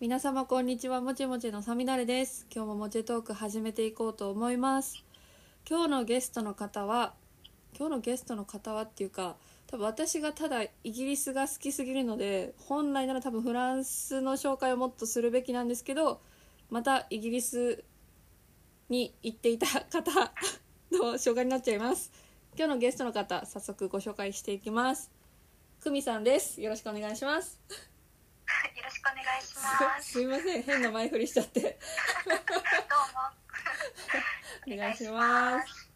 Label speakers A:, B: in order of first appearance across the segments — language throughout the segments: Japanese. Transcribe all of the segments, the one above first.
A: 皆様こんにちはもちもちのさみだれです今日ももちトーク始めていこうと思います今日のゲストの方は今日のゲストの方はっていうか多分私がただイギリスが好きすぎるので本来なら多分フランスの紹介をもっとするべきなんですけどまたイギリスに行っていた方の紹介になっちゃいます今日のゲストの方早速ご紹介していきます久美さんですよろしくお願いします
B: はい よろしくお願いします。
A: すいません変な前振りしちゃって
B: どうも。
A: お願いします。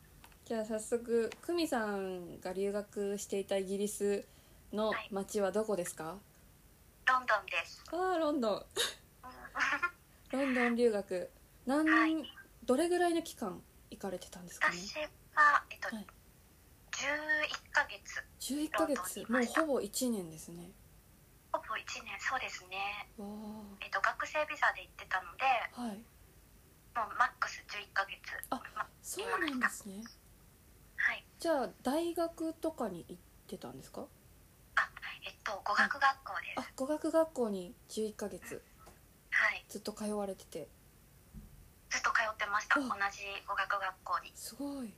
A: じゃあ早速久美さんが留学していたイギリスの
B: はい
A: 町はどこですか、
B: ロンドンです。
A: ああロン ドンロ
B: うん
A: ンドン留学何年、
B: はい
A: どれぐらいの期間行かれてたんですかね
B: 私はえっと
A: はい
B: 十一ヶ月、
A: 11ヶ月もうほぼ1年ですね
B: ほぼ一年、そうですね。
A: わ
B: えっと学生ビザで行ってたので、
A: あはい
B: もうマックス十一ヶ月。
A: あ
B: ま
A: そうなんですね
B: はい。
A: じゃあ大学とかに行ってたんですか
B: あ、えっと語学学校です。
A: あ語学学校に11ヶ月
B: はい。
A: ずっと通われてて
B: ずっと通ってました。
A: う
B: 同
A: ん
B: じ語学学校に。
A: すごい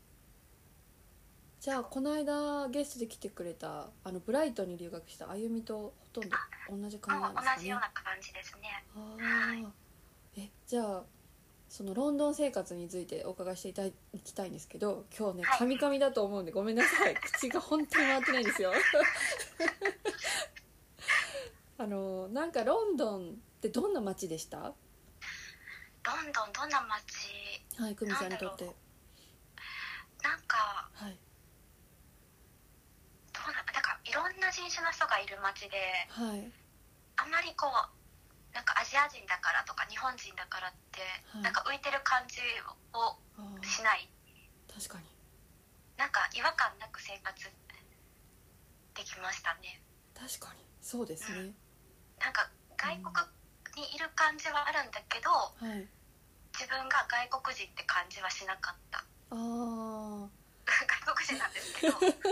A: じゃあこの間ゲストで来てくれたあのブライトンに留学したあゆみとほとんど同じ感じ
B: も
A: な
B: うん同
A: ですか
B: じ
A: ね
B: ような感じですね。
A: あーえじゃあそのロンドン生活についてお伺いしていただきたいんですけど今日ね
B: はい
A: カミカミだと思うんでごめんなさい 口が本当に回ってないんですよ あのなんかロンドンってどんな街でした
B: ロンドンどんな街？
A: はい久美さんにとって
B: なんだろなんか
A: はい
B: どうななんかいろんな人種の人がいる街で。
A: はい
B: あんまりこうなんかアジア人だからとか日本人だからって、
A: はい
B: なんか浮いてる感じを
A: あー
B: しない
A: 確かに
B: なんか違和感なく生活できましたね
A: 確かにそうですね
B: なんか外国にいる感じはあるんだけど
A: はい
B: 自分が外国人って感じはしなかった
A: あ
B: 外国人なんです けど勝手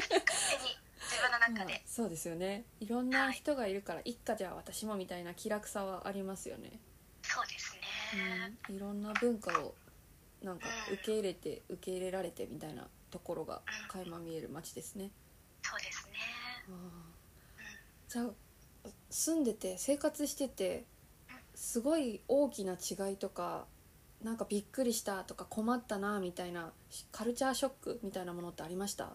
B: に自分の
A: あ、
B: 中
A: まあ
B: で、
A: そうですよねいろんな人がいるから一家じゃあ私もみたいな気楽さはありますよね、
B: そうですね、
A: うん、いろんな文化をなんか受け入れて受け入れられてみたいなところが垣間見える街ですね
B: そうですね
A: ああじゃあ住んでて生活しててすごい大きな違いとかなんかびっくりしたとか困ったなみたいなカルチャーショックみたいなものってありました、は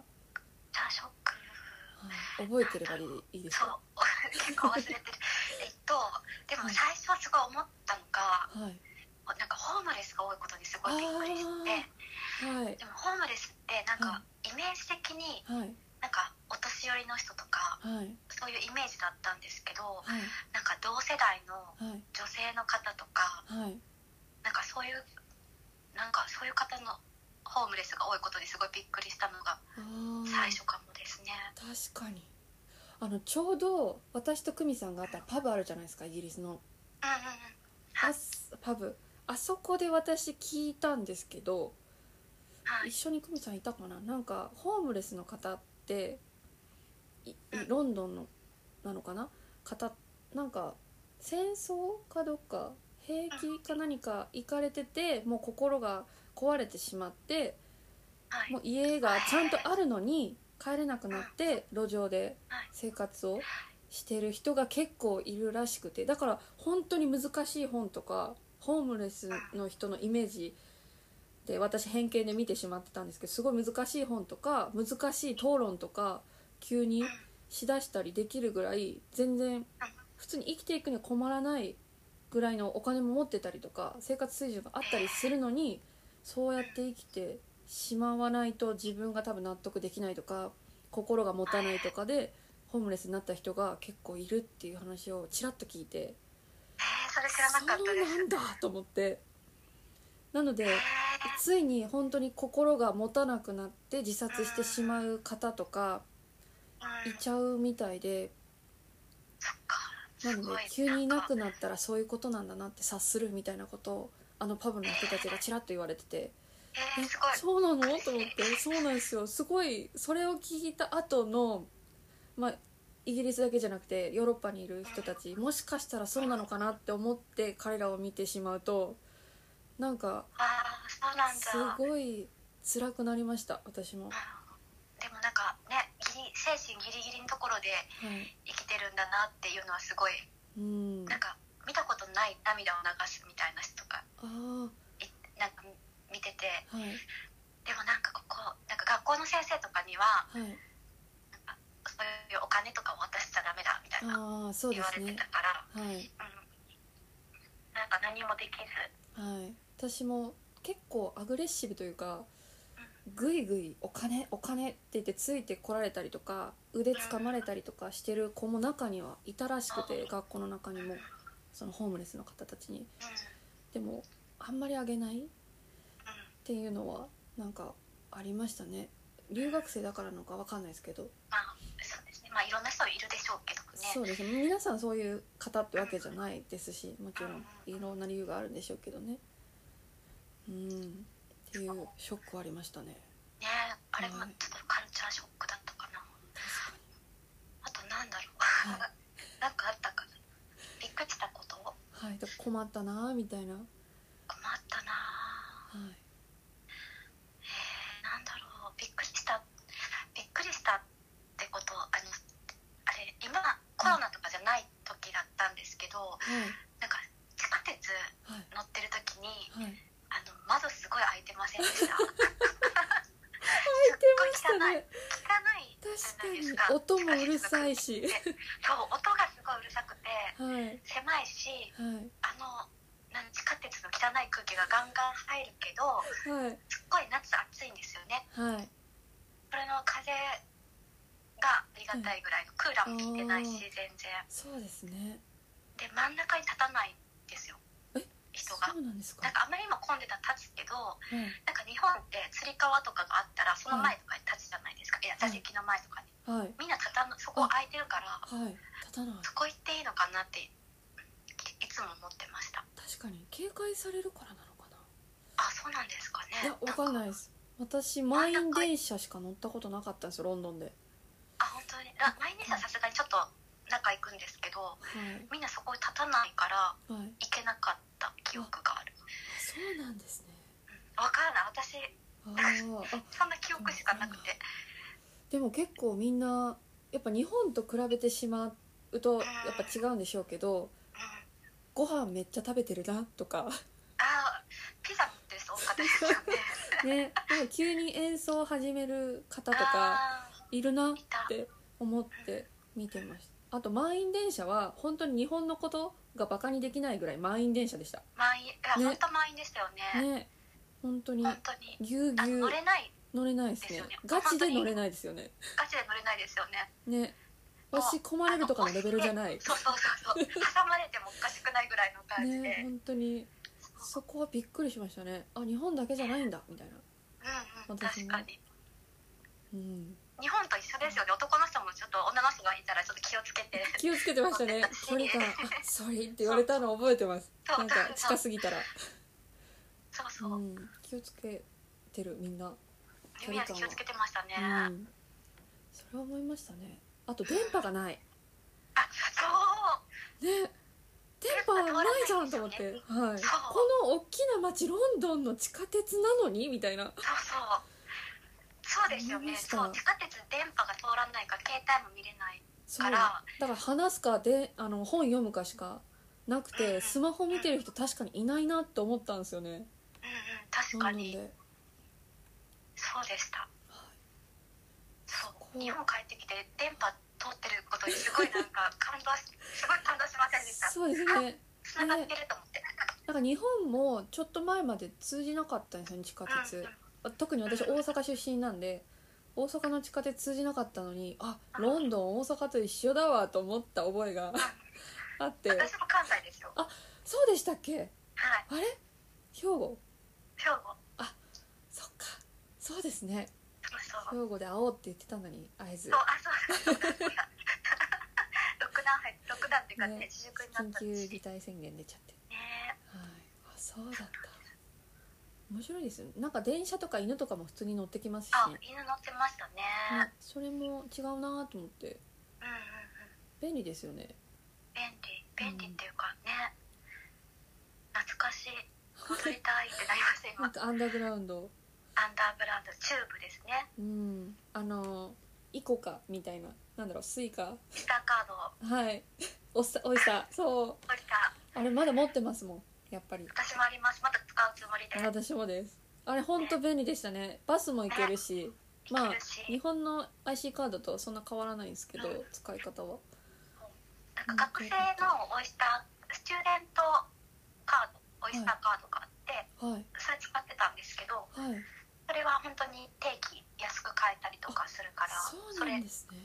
B: じゃあショック
A: い、覚えてればいいです
B: そう
A: か
B: 結構忘れてるえっとでも最初はすごい思ったのが
A: はい
B: なんかホームレスが多いことにすごいびっくりして
A: はい
B: でもホームレスってなん
A: は
B: かイメージ的に
A: はい
B: なんかお年寄りの人とか
A: はい
B: そういうイメージだったんですけど
A: はい
B: なんか同世代の
A: はい
B: 女性の方とか
A: はい
B: なんかそういうなんかそういう方のホームレスが多いことにすごいびっくりしたのが
A: あー
B: 最初かもですね
A: 確かにあのちょうど私と久美さんがあったパブあるじゃないですかイギリスの
B: うんうん
A: あすパブあそこで私聞いたんですけど
B: うんはい
A: 一緒に久美さんいたかななんかホームレスの方っていい
B: うん
A: ロンドンのなのかな方なんか戦争かどっか兵器か何か行かれててもう心が壊れてしまって
B: はい
A: もう家がちゃんとあるのに帰れなくなって路上で生活をしてる人が結構いるらしくてだから本当に難しい本とかホームレスの人のイメージで私偏見で見てしまってたんですけどすごい難しい本とか難しい討論とか急にしだしたりできるぐらい全然普通に生きていくには困らないぐらいのお金も持ってたりとか生活水準があったりするのにそうやって生きてしまわないと自分が多分納得できないとか心が持たないとかでホームレスになった人が結構いるっていう話をちらっと聞いて
B: えーそれ知らな
A: そう
B: かったで
A: な
B: す
A: んだと思ってなので
B: えー
A: ついに本当に心が持たなくなって自殺してしまう方とか
B: うん
A: いちゃうみたいで
B: そっか
A: な
B: す
A: の
B: ご
A: で
B: い
A: 急にいな
B: なん
A: く
B: か
A: なったらそういうことなんだなって察するみたいなことをあのパブの人たちがちらっと言われてて「え
B: えーすごい
A: そうなの?」と思ってそうなんですよすごいそれを聞いた後のまあイギリスだけじゃなくてヨーロッパにいる人たちもしかしたらそうなのかなって思って彼らを見てしまうとなんか
B: ああそうなんだ
A: すごい辛くなりました私も、は
B: でもなんかねギリ精神ギリギリのところで
A: い、
B: 生きてるんだなっていうのはすごい
A: うん
B: なんか見たことない涙を流すみたいな人が
A: ああ
B: いなんか見てて
A: はい
B: でもなんかここなんか学校の先生とかには
A: はい
B: そういうお金とかを渡しちゃダメだみたいな
A: ああそう
B: 言
A: で
B: わ
A: す
B: れて
A: ね
B: たから
A: はい
B: うんなんか何もできず
A: はい私も結構アグレッシブというかぐいぐいお金お金って言ってついてこられたりとか腕つかまれたりとかしてる子も中にはいたらしくて学校の中にもそのホームレスの方たちに
B: うんうん
A: でもあんまりあげないっていうのはなんかありましたね留学生だからなのかわかんないですけど、
B: まあそうですねまあいろんな人いるでしょうけど
A: そ
B: ね
A: うですね皆さんそういう方ってわけじゃないですしもちろんいろんな理由があるんでしょうけどねうんっていうショックはありましたね
B: ねあれもちょっとカルチャーショックだったかな
A: 確か
B: あとなんだろ
A: は
B: うなんかあったかなびっくりしたこと困っ
A: にはいだから困ったなあみたいなは
B: たなあえー、なんだろうびっくりしたびっくりしたってことあのあれ今コロナとかじゃない時だったんですけど、
A: い
B: なんか地下鉄
A: はい
B: 乗ってる時に
A: はいはい
B: あの窓すごい開いてませんでし た
A: 開いてましたね
B: 汚い
A: 確
B: じゃないです
A: か
B: か
A: に音もうるさいし
B: そう音がすごいうるさくて
A: はいはい
B: 狭いしあのなん地下鉄の汚い空気がガンガン入るけど
A: はい
B: すっごい夏暑いんですよね
A: はい
B: それの風がありがたいぐらいのクーラーも効いてないし
A: あ
B: 全然
A: そうですね
B: で真ん中に立たないんですよ
A: え
B: 人
A: そ
B: が
A: うなんですか
B: なん
A: は
B: かあまり今混んでたら立つけど
A: い
B: なんか日本ってつり革とかがあったらその前とかに立つじゃないですか、い、や座席の前とかに
A: はい
B: みんな立たなそこ空いてるから
A: はい立たない
B: そこ行っていいのかなっていいつも思ってました
A: 確かに警戒されるからなのかな
B: あそうなんですか
A: い
B: ね
A: やわかんないです私満員電車しか乗ったことなかったんですよロンドンで
B: あ本当にあ毎日はさすがにちょっと中行くんですけど
A: はい
B: みんなそこに立たないから
A: はい
B: 行けなかった記憶がある
A: あそうなんですね
B: わからない私
A: あーあ
B: そんな記憶しかなくて
A: でも結構みんなやっぱ日本と比べてしまうとやっぱ違うんでしょうけど
B: うん
A: ご飯めっちゃ食べてるなとか
B: あーピザ持ってる人多かったですよね
A: ね なんか急に演奏を始める方とか
B: あー
A: いるなっ
B: いた
A: て思って見てましたあと満員電車は本当に日本のことがバカにできないぐらい満員電車でした
B: 満員いや
A: ね
B: 本当満員でしたよね
A: ね本当に
B: 本当に
A: ぎゅう
B: あ
A: ぎゅ
B: の
A: う
B: 乗れない
A: 乗れないです
B: です
A: ね
B: よね
A: ガチで乗れないですよね
B: ガチで乗れないですよね
A: ね
B: もう
A: 押し込まれるとかのレベルじゃない
B: そうそうそうそう挟まれてもおかしくないぐらいの感じで、
A: ね本当にそこはびっくりしましたねあ日本だけじゃないんだみたいな
B: うんう
A: 私
B: ん確
A: も
B: かに
A: うん
B: 日本と一緒ですよね男の人もちょっと女の人がいたらちょっと気をつけて
A: 気をつけてましたね距離感あ「ソリ」って言われたの覚えてます
B: そう
A: なんか近すぎたら
B: そうそうう、
A: ん気をつけてるみんな
B: 耳足気をつけてましたね、
A: うんそれは思いましたねあと電波がない
B: あそう
A: ね電波ないじゃんと思って、はい、この大きな街ロンドンの地下鉄なのにみたいな
B: そうそうそうですよ
A: 思い
B: ね
A: ました
B: そう地下鉄電波が通らないから携帯も見れない
A: そう
B: から
A: だから話すかであの本読むかしかなく
B: うんう
A: て
B: ん
A: スマホ見てる人確かにいないなって思ったんですよね
B: うんうん確
A: ロ
B: か
A: ンドン
B: に
A: で
B: そうでした
A: は
B: そう
A: こう
B: 日本帰ってきて電波通ってることにすごいなんか 感動しすごい感動しませんでした
A: そうですね
B: 繋がってると思って、
A: なんか日本もちょっと前まで通じなかったんですよね地下
B: う
A: 鉄
B: んうん
A: 特に私大阪出身なんで大阪の地下鉄通じなかったのにあロンドン大阪と一緒だわと思った覚えが あって
B: 私も関西ですよ
A: そうでしたっけ
B: はい
A: あれ兵庫
B: 兵庫
A: そっかそうですね
B: そうそう
A: 兵庫で会おうって言ってたのに会えず
B: そうあそうそうそう六段入って六段っていうか
A: ね
B: ね自粛になっ
A: 緊
B: たし
A: 急事
B: ね
A: 態宣言出ちゃってはいあそうだった面白いですよねなんか電車とか犬とかも普通に乗ってきますし、
B: あ犬乗ってましたね
A: ねそれも違うなと思って
B: うんうんうん
A: 便利ですよね
B: 便利便利っていうかね、懐かしい踊りたいってなります
A: な
B: 今
A: んかアンダーグラウンド
B: アンダーブランドチューブですね
A: うんあのイコカみたいななんだろうスイカ
B: スターカードを
A: はい おっさおいさそう
B: 降りた
A: あれまだ持ってますもんやっぱり
B: 私もありますまた使うつもりで行
A: 私もですあれほんと便利でしたねバスも行けるしまあ
B: けるし、
A: 日本の IC カードとそんな変わらないんですけど使い方は
B: なんか学生のオイスタースチューデントカードオイスターカードがあって、
A: はい
B: それ使ってたんですけど
A: はい
B: それは本当に定期安く買えたりとかするから
A: そうなんですね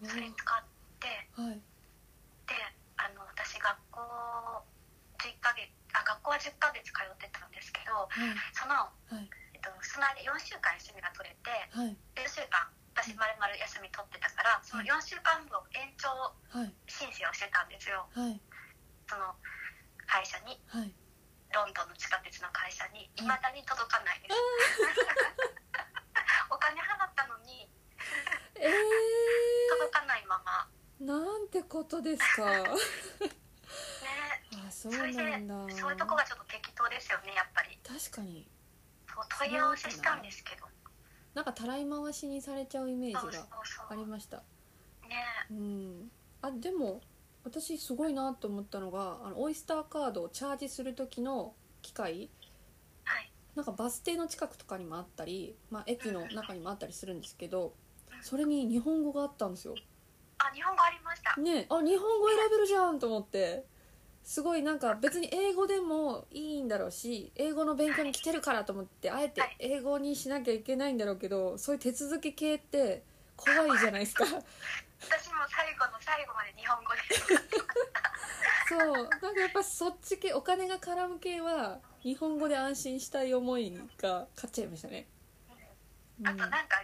B: それそれ使って
A: わあはい
B: であの私学校10ヶ月あ学校は10ヶ月通ってたんですけど
A: はい
B: その、
A: はい
B: えっと、その間4週間休みが取れて
A: はい
B: 4週間私まるまる休み取ってたからその4週間分を延長
A: はい
B: 申請をしてたんですよ
A: はい
B: その会社に
A: はい
B: ロンドンの地下鉄の会社にいまだに届かないです お金払ったのに
A: え
B: 届かないまま
A: ー、なんてことですか
B: ね
A: あそうなんだ
B: そういうとこがちょっと適当ですよねやっぱり
A: 確かに
B: そう問い合わせしたんですけど
A: なんかたらい回しにされちゃうイメ
B: そ
A: ー
B: う
A: ジ
B: そう
A: が
B: そ
A: あ
B: う
A: りました
B: ね
A: うんあでも私すごいなと思ったのがあのオイスターカードをチャージする時の機械
B: はい
A: なんかバス停の近くとかにもあったり、まあ、駅の中にもあったりするんですけどそれに日本語があったんですよ
B: あ日本語ありました
A: ねあ日本語選べるじゃんと思ってすごいなんか別に英語でもいいんだろうし英語の勉強に来てるからと思ってあえて英語にしなきゃいけないんだろうけどそういう手続き系って怖いじゃないです か
B: 私も最後の最後まで日本語です
A: そうなんかやっぱそっち系お金が絡む系は日本語で安心したい思いが勝っちゃいましたね、うん、
B: あとなんか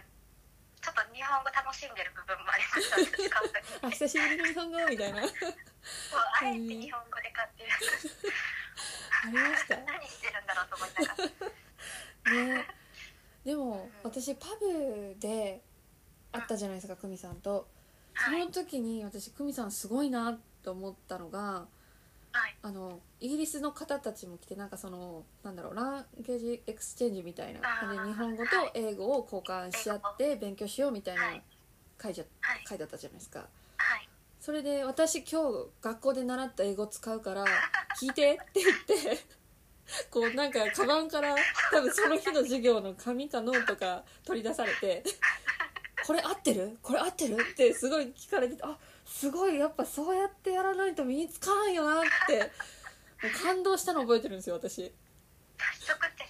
B: ちょっと日本語楽しんでる部分もありました私買った時
A: あ久しぶりの日本語みたいなあ
B: そうあえて日本語で買ってる
A: りました
B: 何してるんだろうと思いながら
A: ねでも私パブで会ったじゃないですか久美さんとそ
B: はい
A: の時に私久美さんすごいなと思ったのが
B: はい
A: あのイギリスの方たちも来てなんかそのなんだろうランゲージエクスチェンジみたいな感じで
B: あー
A: 日本語と英語を交換し合って勉強しようみたいな
B: はい
A: 会じゃ
B: はい
A: 会だったじゃないですか
B: はい
A: それで私今日学校で習った英語使うから聞いてって言ってこうなんかカバンから多分その日の授業の紙かノートか取り出されて「これ合ってるこれ合ってる?」ってすごい聞かれててあすごいやっぱそうやってやらないと身につかないよなってもう感動したの覚えてるんですよ私。
B: 早速って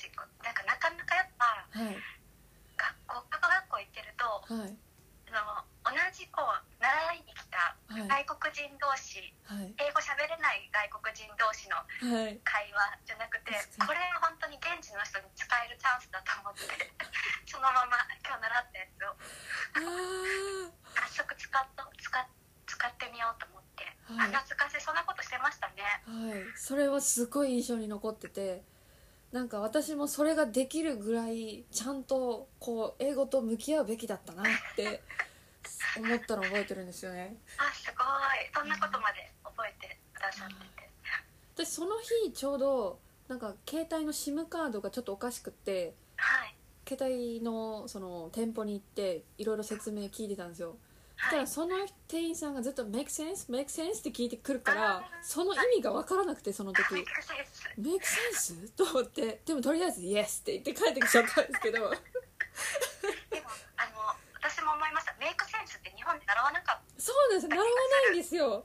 B: なんかなかなかやっぱ
A: はい、
B: 学校学校行ってると
A: はい、
B: その同じこう習いに来た
A: はい
B: 外国人同士、
A: はい、
B: 英語喋れない外国人同士の
A: はい
B: 会話じゃなくて
A: 確
B: これは本当に現地の人に使えるチャンスだと思って そのまま今日習ったやつを
A: あー
B: 早速使っと使っ使ってみようと思って、
A: はい
B: あ懐かしいそんなことしてましたね
A: はい、それはすごい印象に残っててなんか私もそれができるぐらいちゃんとこう英語と向き合うべきだったなって思ったの覚えてるんですよね
B: あすごいそんなことまで覚えてくださってて
A: 私その日ちょうどなんか携帯の SIM カードがちょっとおかしくって
B: はい
A: 携帯のその店舗に行っていろいろ説明聞いてたんですよそした
B: はい
A: らその店員さんがずっと「make sense make sense」って聞いてくるか
B: あ
A: ら
B: ー
A: その意味が分からなくてその時
B: 懐かしいです
A: メイクセンスと思ってでもとりあえず「イエス」って言って帰ってきちゃったんですけど
B: でもあの私も思いましたメイクセンスって日本で習わなかった
A: そうなんです習わないんですよ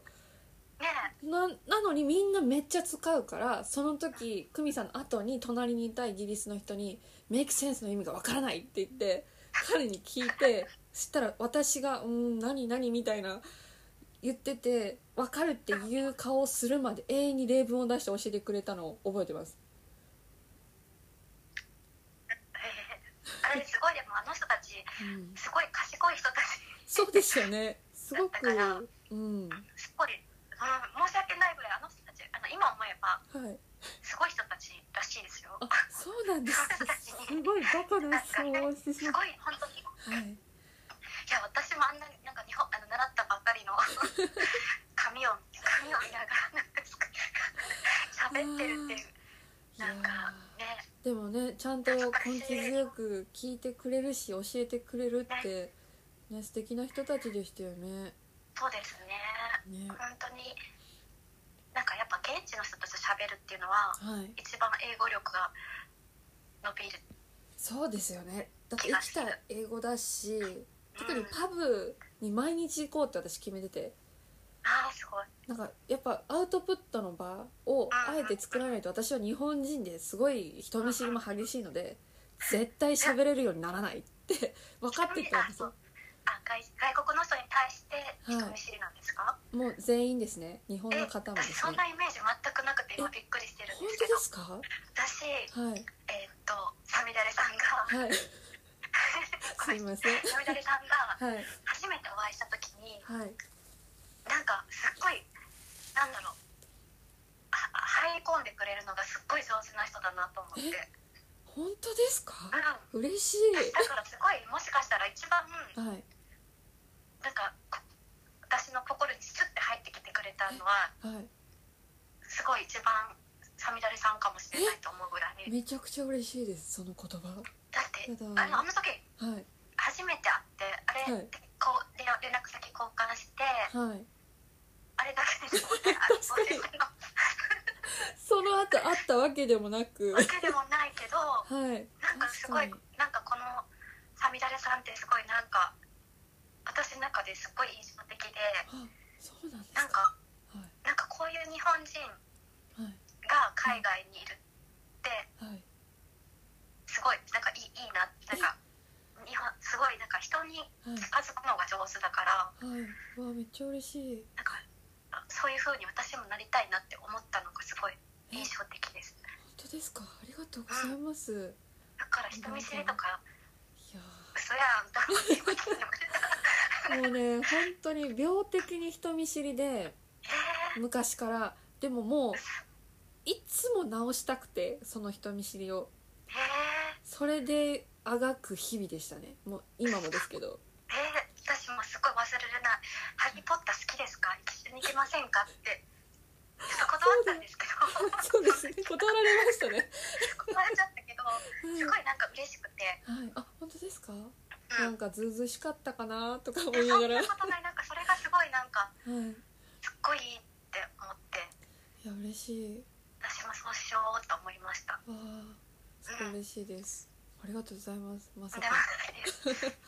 B: ね
A: ななのにみんなめっちゃ使うからその時久美さんの後に隣にいたイギリスの人に「メイクセンスの意味がわからない」って言って彼に聞いてそしたら私が「うーん何何?」みたいな言ってて「わかる」っていう顔をするまで永遠に例文を出して教えてくれたのを覚えてます
B: えーあれすごいでもあの人たち
A: うん
B: すごい賢い人たち
A: そうですよねすご
B: だから
A: くうん
B: すごい、うん、申し訳ないぐらいあの人たちあの今思えば
A: はい
B: すごい人たちらしいですよ
A: あ、そうなんですね。すごいバカな思想をしてし
B: す
A: まっ
B: ごい本当にい
A: た。はい。
B: や私もあんなになんか日本あの習ったばっかりの喋ってるっていう
A: いや
B: なんかね
A: でもねちゃんと根気強く聞いてくれるし教えてくれるって、ね、素敵な人たちでしたよね
B: そうですね
A: ね
B: 本当になんかやっぱ現地の人たちと喋るっていうのは
A: はい
B: 一番英語力が伸びる
A: そうですよねだって生きた英語だし特にパブに毎日行こうって私決めてて
B: ああすごい
A: なんかやっぱアウトプットの場をあえて作らないと私は日本人ですごい人見知りも激しいので絶対喋れるようにならないって 分かってたんですよ
B: あ外外国の人に対して人見知りなんですか、
A: もう全員ですね日本
B: え
A: の方もで
B: 私
A: す
B: そん
A: ね
B: なイメージ全くなくて今びっくりしてるん
A: 本
B: ですけ
A: 当
B: ど
A: ですかは
B: 私
A: い
B: えーっとサミダレさん が
A: はい
B: ご
A: す
B: め
A: い
B: ん
A: ません
B: サミダレさんが
A: はい
B: 初めてお会いした時に
A: はい
B: なんかすっごいなんだろうは入り込んでくれるのがすっごい上手な人だなと思って、う
A: 本
B: ん、
A: 当ですか
B: だか
A: 嬉しい
B: らすごいもしかしたら一番
A: はい
B: なんかこ私の心にスッて入ってきてくれたのは
A: はい
B: すごい一番サミダレさんかもしれないと思うぐらい
A: めちゃくちゃ嬉しいですその言葉
B: だって
A: やだ
B: あのあの時
A: はい
B: 初めて会ってあれ、
A: はい
B: こう連連絡先交換して
A: はい
B: あれだけですもんねあの
A: 確かに
B: 忘れたの
A: その後会ったわけでもなく
B: わけでもないけど
A: はい
B: なんかす
A: 確
B: ご
A: か
B: い
A: に
B: なんかこのサミダレさんってすごいなんか私の中ですごい印象的で
A: あそうなんです
B: なん
A: かは
B: かなんかこういう日本
A: い
B: 人
A: はい
B: が海外にいるって
A: はい
B: すごいなんかいいいいななんか日本すごいなんか人に
A: はい
B: 近づくのが上手だから
A: はい、わあめっちゃ嬉しい
B: なんかそういう風に私もなりたいなって思ったのがすごい印象的です
A: 本当ですかありがとうございますい
B: だから人見知りとか
A: や
B: 嘘やんとかって言われても
A: ーもうね本当に病的に人見知りで
B: えー
A: 昔からでももういつも直したくてその人見知りを
B: えー
A: それであがく日々でしたねもう今もですけど
B: えー、私もすごい忘れるない「ハリー・ポッター好きですか一緒に行きませんか?」ってちょっと断ったんですけど
A: そうですね断られましたね
B: 断っちゃったけどすごいなんか嬉しくて、
A: はい、はい、あ本当ですか、
B: う
A: なん
B: ん、
A: かずうずうしかったかなとか思
B: え
A: いな
B: そ
A: が
B: ん
A: ら、は、
B: ないことないなんかそれがすごいなんか
A: い
B: すっごいいいって思って
A: や嬉しい
B: 私もそうしようと思いました
A: わあすごい嬉しいですありがとうございますまさ
B: で
A: か
B: もないです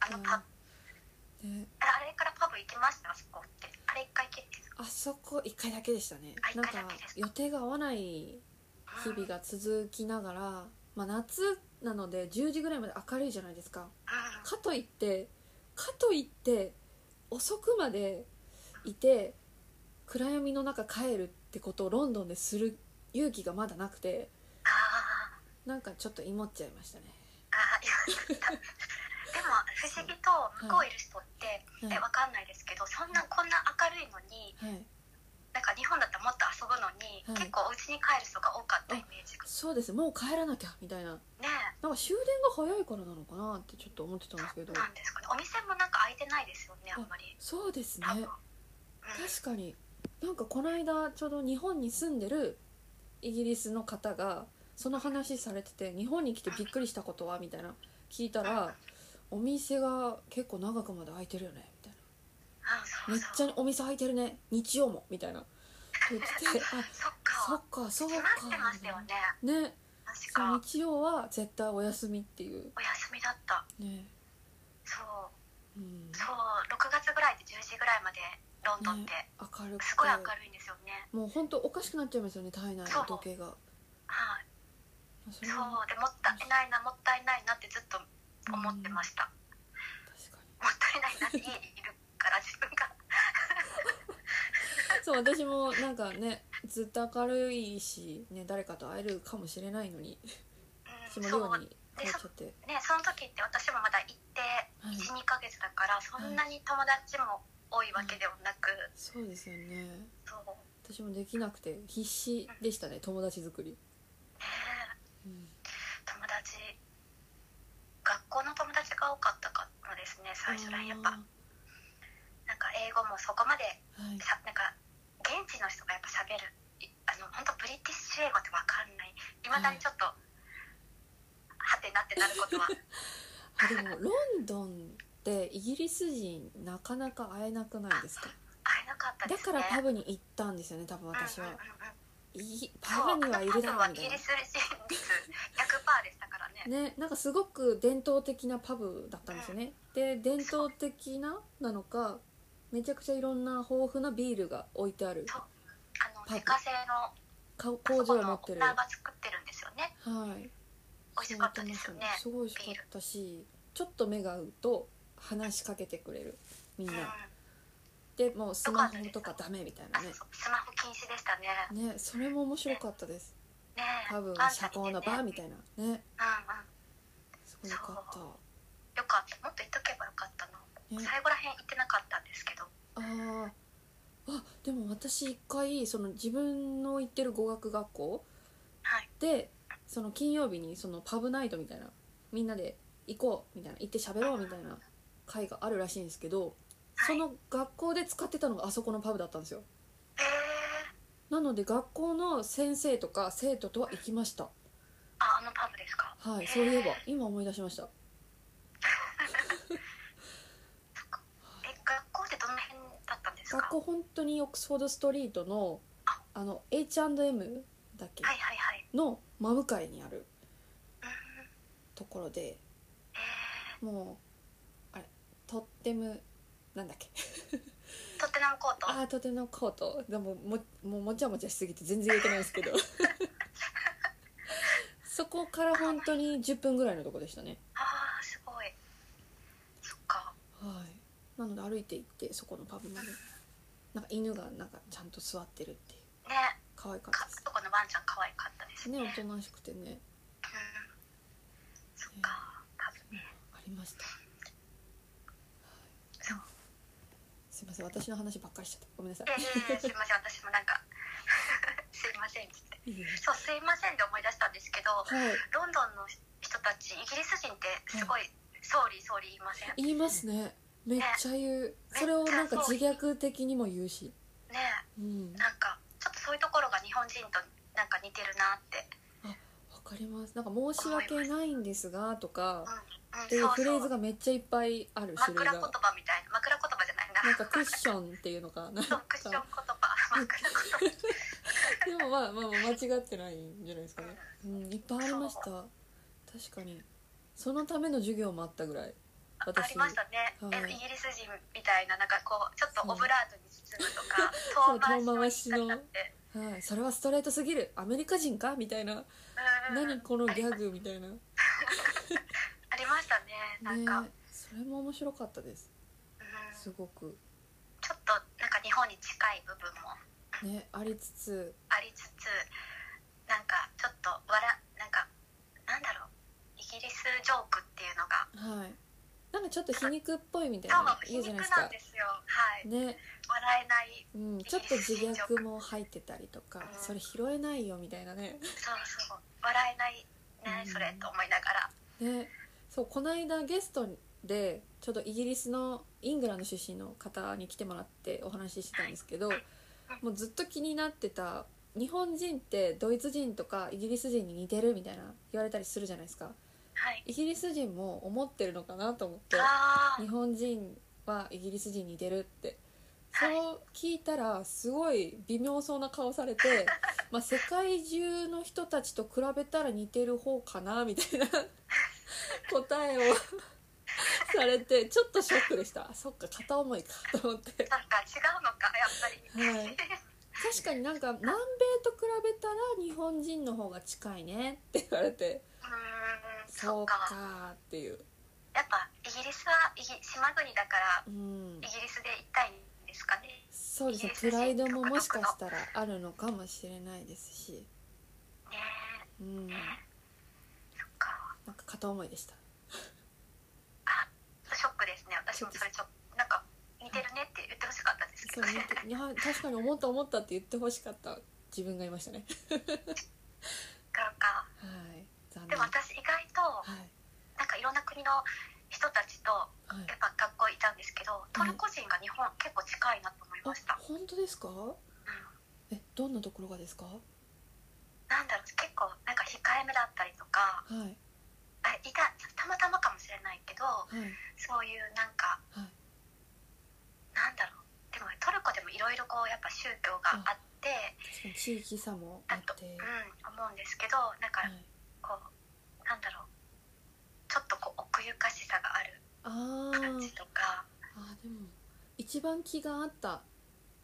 B: あのパ
A: うんね
B: あれからパブ行きましたあそこってあれ一回きりです
A: あそこ1回だけでしたね
B: あ一
A: なん
B: 回だけ
A: か
B: ですか
A: 予定が合わない日
B: うん
A: 々が続きながら、まあ、夏なので10時ぐらいまで明るいじゃないですか
B: うん
A: かといってかといって遅くまでいて暗闇の中帰るってことをロンドンでする勇気がまだなくて
B: ああ
A: なんかちょっと芋っちゃいましたね
B: あいやでも不思議と向こういる人って、
A: はい
B: えわかんないですけどそんなこんな明るいのに
A: はい
B: なんか日本だったらもっと遊ぶのに、
A: はい
B: 結構お家に帰る人が多かったイメージが
A: そうですもう帰らなきゃみたいな
B: ねえ
A: なんか終電が早いからなのかなってちょっと思ってたんですけど
B: なんですかねお店もなんか開いてないですよねあんまり
A: そうですね
B: 多分、うん、
A: 確かになんかこの間ちょうど日本に住んでるイギリスの方がその話されてて日本に来てびっくりしたことはみたいな聞いたらお店が結構長くまで開いてるよねみたい
B: あそう
A: なめっち
B: そう
A: ゃお店開いてるね日曜もみたいな言っててあ
B: そ
A: そ
B: っか
A: っかそう
B: 閉
A: か
B: まってましたよね
A: ね
B: 確
A: そう
B: か
A: 日曜は絶対お休みっていう
B: お休みだった
A: ね
B: そう
A: うん
B: そう6月ぐらいで10時ぐらいまでロンドンって、
A: ね明るくて
B: すごい明るいんですよね
A: もう本当おかしくなっちゃいますよね体内の時計が
B: はい
A: そ
B: そうでもったいないなもったいないなってずっと思ってました、
A: 確かに
B: もったいないなって家にいるから自分が
A: そう私もなんかねずっと明るいし、ね、誰かと会えるかもしれないのに
B: うん
A: 私も寮
B: そう
A: に帰っちゃって
B: ねその時って私もまだ行って
A: はい
B: 12、ヶ月だからそんなに友達も多いわけではなく、
A: そうですよね
B: そう
A: 私もできなくて必死でしたね友達作り、
B: ね
A: うん、
B: 友達学校の友達が多かったかもですね最初らへんやっぱ
A: あ
B: なんか英語もそこまで
A: ーはい
B: さなんか現地の人がやっぱ喋るいあの本当ブリティッ主英語ってわかんないいまだにちょっと、はてなってなるこ とは
A: あでもロンドンってイギリス人なかなか会えなくないですか
B: 会えなかったで
A: だ
B: す
A: か
B: ね
A: らパブに行ったんですよね多分私は
B: うんうんうんうん
A: いパ
B: そう
A: ブにはいるだろう
B: イ
A: みた
B: ギ
A: い
B: リス人率100%でしたからね
A: なねなんかすごく伝統的なパブだったんですよねで伝統的ななのかめちゃくちゃいろんな豊富なビールが置いてある
B: あの自家製の
A: か工
B: 工
A: 場
B: 場
A: を持
B: の
A: ってる
B: ナー
A: は
B: が作ってるんですよね
A: い
B: 美味しかったですよね
A: すごい美味しかったしちょっと目が合うと話しかけてくれるみん
B: うん
A: なでもうスマホとかダメみたい
B: あ
A: なね
B: そうスマホ禁止でしたね
A: ねそれも面白かったです
B: ね
A: 多分
B: バー
A: 社交のバーみた
B: い
A: いなね
B: な、うんうん、
A: すごいよかった
B: よかったもっと言っとけばよかったな、
A: ね
B: 最後らへん行ってなかったんですけど
A: あーあでも私一回その自分の行ってる語学学校
B: はい
A: でその金曜日にそのパブナイトみたいなみんなで行こうみたいな行って喋ろうみたいな会があるらしいんですけどその学校で使ってたのがあそこのパブだったんですよ
B: えー、
A: なので学校の先生とか生徒とは行きました
B: ああのパブですか
A: はいそういえば今思い出しました
B: そっかえ学校ってどの辺だったんですか
A: 学校本当にオックスフォードストリートの
B: あ
A: あの H&M だっけ
B: はいはいはい
A: の真向かいにある
B: うん
A: ところで
B: えー
A: もうあれとってもなんだっけ
B: トッテナムコート
A: あーとてのコートでもももうもちゃもちゃしすぎて全然言えてないですけ どそこから本当に10分ぐらいのとこでしたね
B: あーすごいそっか
A: はいなので歩いて行ってそこのパブまでなんか犬がなんかちゃんと座ってるっていう
B: ね
A: 可愛かった
B: か
A: で
B: そこのワンちゃん可愛かったですす
A: ね
B: ね
A: おとなしくてね
B: うんそっか多分ね
A: ありました
B: そう
A: すいません私の話ばっかりしちゃったごめんなさ
B: いやいやいやすいません私もなんか すいませんって
A: いいいよ
B: そうすいませんで思い出したんですけど
A: はい
B: ロンドンの人たちイギリス人ってすごい総理総理言いませんね
A: 言いますねめっちゃ言うそれをなんか自虐的にも言うし
B: え
A: うん
B: なんかちょっとそういうところが日本人となんか似てるなって
A: わかりますなんか申し訳ないんですがとか
B: うん、うん、
A: っていう
B: そう
A: フレー
B: そ
A: ズ
B: う
A: がめっちゃいっぱいある種類
B: 枕言
A: が
B: 葉みたいな枕言葉じゃないな
A: なんかクッションっていうのかなん
B: そ
A: か
B: うクッション言葉枕言葉
A: でもまあまあまあ間違ってないんじゃないですかねうんいっぱいありました確かにそのための授業もあったぐらい
B: ありましたね、
A: はい
B: えイギリス人みたいななんかこうちょっとオブラートに包むとか
A: そう
B: 遠回しの
A: 遠回しの
B: 言い方って
A: はい、それはストレートすぎるアメリカ人かみたいな
B: うん
A: 何このギャグみたいな
B: ありましたねなんか、
A: ねそれも面白かったです
B: うん、ち
A: す
B: ょっ
A: ごく
B: となんか日本に近い部分も
A: ねありつつ
B: ありつつなんかちょっと笑なんかなんだろうイギリスジョークっていうのが
A: はいなんかちょっと皮肉っぽいみたい
B: 多
A: な
B: 分皮
A: 言うじゃ
B: 肉
A: ないです
B: な
A: か
B: んですよはい
A: ね、
B: 笑えない
A: うん、ちょっと自虐も入ってたりとか
B: うん
A: それ拾えないよみたいなね
B: そうそう笑えないね、
A: うん
B: それと思いながら
A: ねそうこの間ゲストでちょっとイギリスのイングランド出身の方に来てもらってお話ししてたんですけどもうずっと気になってた日本人ってドイツ人とかイギリス人に似てるみたいな言われたりするじゃないですか
B: はい
A: イギリス人も思ってるのかなと思って
B: あー
A: 日本人はイギリス人に似てるってそう聞いたらすごい微妙そうな顔され て、まあ、世界中の人たちと比べたら似てる方かなみたいな 答えを されてちょっとショックでしたあそっか片思いかと思って
B: なんか違うのかやっぱり、
A: はい 確かになんか南米と比べたら日本人の方が近いねって言われて
B: うーん
A: そ
B: そうう
A: か
B: か
A: ーっていう
B: やっぱイギリスはイギ島国だから
A: うん
B: イギリスで行きたいんですかね
A: そうですねプライドももしかしたらあるのかもしれないですし
B: ねえ
A: うん
B: そっか
A: なんか片思いでした
B: あショックですね私もそれちょっとなんか似てるねって言ってほしかったですけ
A: そ
B: ど
A: う
B: ね
A: 似ていや確かに思った思ったって言ってほしかった自分がいましたね
B: なんか
A: はい残
B: で
A: 念
B: も
A: はい
B: 私意外となんかいろんな国の人たちと
A: はい
B: やっぱ学校いたんですけどトルコ人が日本結構近いなと思いまし
A: あ
B: た、
A: 本当ですか
B: うん
A: えどんなところがですかはい
B: かあいたたまたまかもしれないけど
A: はい
B: そういうなんか
A: はい
B: なんだろうでもトルコでもいろいろこうやっぱ宗教があって、
A: 確かに地域差もあ
B: あ
A: っ
B: と、う
A: て、
B: ん、思うんですけど
A: は
B: なんか
A: い、
B: こうなんだろうちょっとこう奥ゆかしさがある
A: あー
B: 感じとか
A: あーでも一番気が合った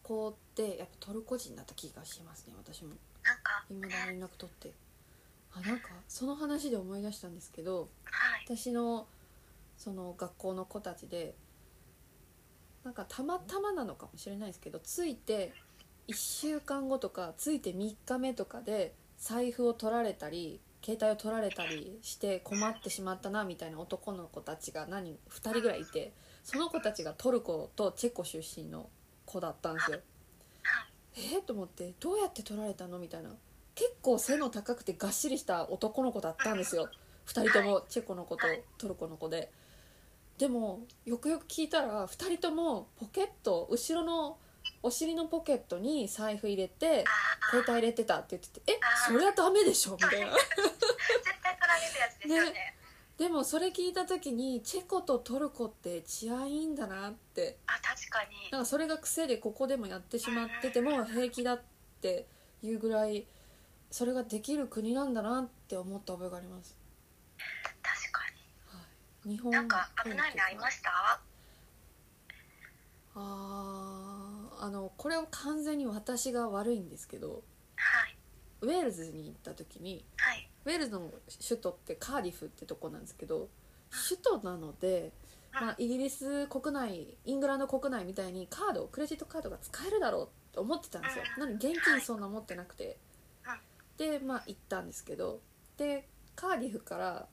A: 子ってやっぱトルコ人だった気がしますね私も
B: なんか
A: 今
B: ね
A: だ連絡取ってあなんかその話で思い出したんですけど
B: はい
A: 私のその学校の子たちでなんかたまたまなのかもしれないですけどついて1週間後とかついて3日目とかで財布を取られたり携帯を取られたりして困ってしまったなみたいな男の子たちが何2人ぐらいいてその子たちがトルコとチェコ出身の子だったんですよ。えー、と思ってどうやって取られたのみたいな結構背の高くてがっしりした男の子だったんですよ2人ともチェコの子とトルコの子ででもよくよく聞いたら2人ともポケット後ろのお尻のポケットに財布入れて
B: あー
A: 携帯入れてたって言ってて「えそれはダメでしょ」みたいな
B: 絶対取られるやつです よね
A: でもそれ聞いた時にチェコとトルコって治安いいんだなって
B: あ確かに
A: なんかそれが癖でここでもやってしまってても平気だっていうぐらいそれができる国なんだなって思った覚えがあります、
B: 確かに
A: はい、日本
B: なんか危ないのありま
A: し
B: した
A: あーあのこれを完全に私が悪いんですけど
B: はい
A: ウェールズに行った時に
B: はい
A: ウェールズの首都ってカーディフってとこなんですけど首都なので、まあ、イギリス国内イングランド国内みたいにカードクレジットカードが使えるだろうと思ってたんですよなのに現金そんな持ってなくてでまあ行ったんですけどでカーディフから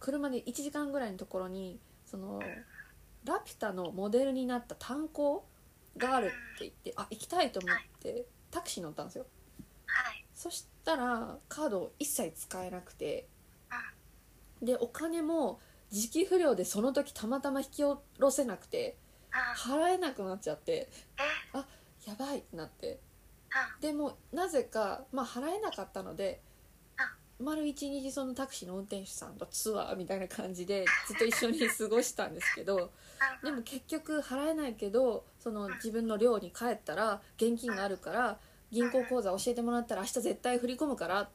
A: 車で1時間ぐらいのところにそのラピュタのモデルになった炭鉱があるって言ってあ行きたいと思ってタクシー乗ったんですよ
B: はい
A: そしたらカードを一切使えなくて
B: あ
A: でお金も時期不良でその時たまたま引き下ろせなくて
B: あ
A: 払えなくなっちゃって
B: え
A: やばいってなって
B: あ
A: でもなぜか、まあ、払えなかったので
B: あ
A: 丸一日そのタクシーの運転手さんとツアーみたいな感じでずっと一緒に過ごしたんですけど
B: あ
A: でも結局払えないけどその自分の寮に帰ったら現金があるから銀行口座教えてもらったら明日絶対振り込むからって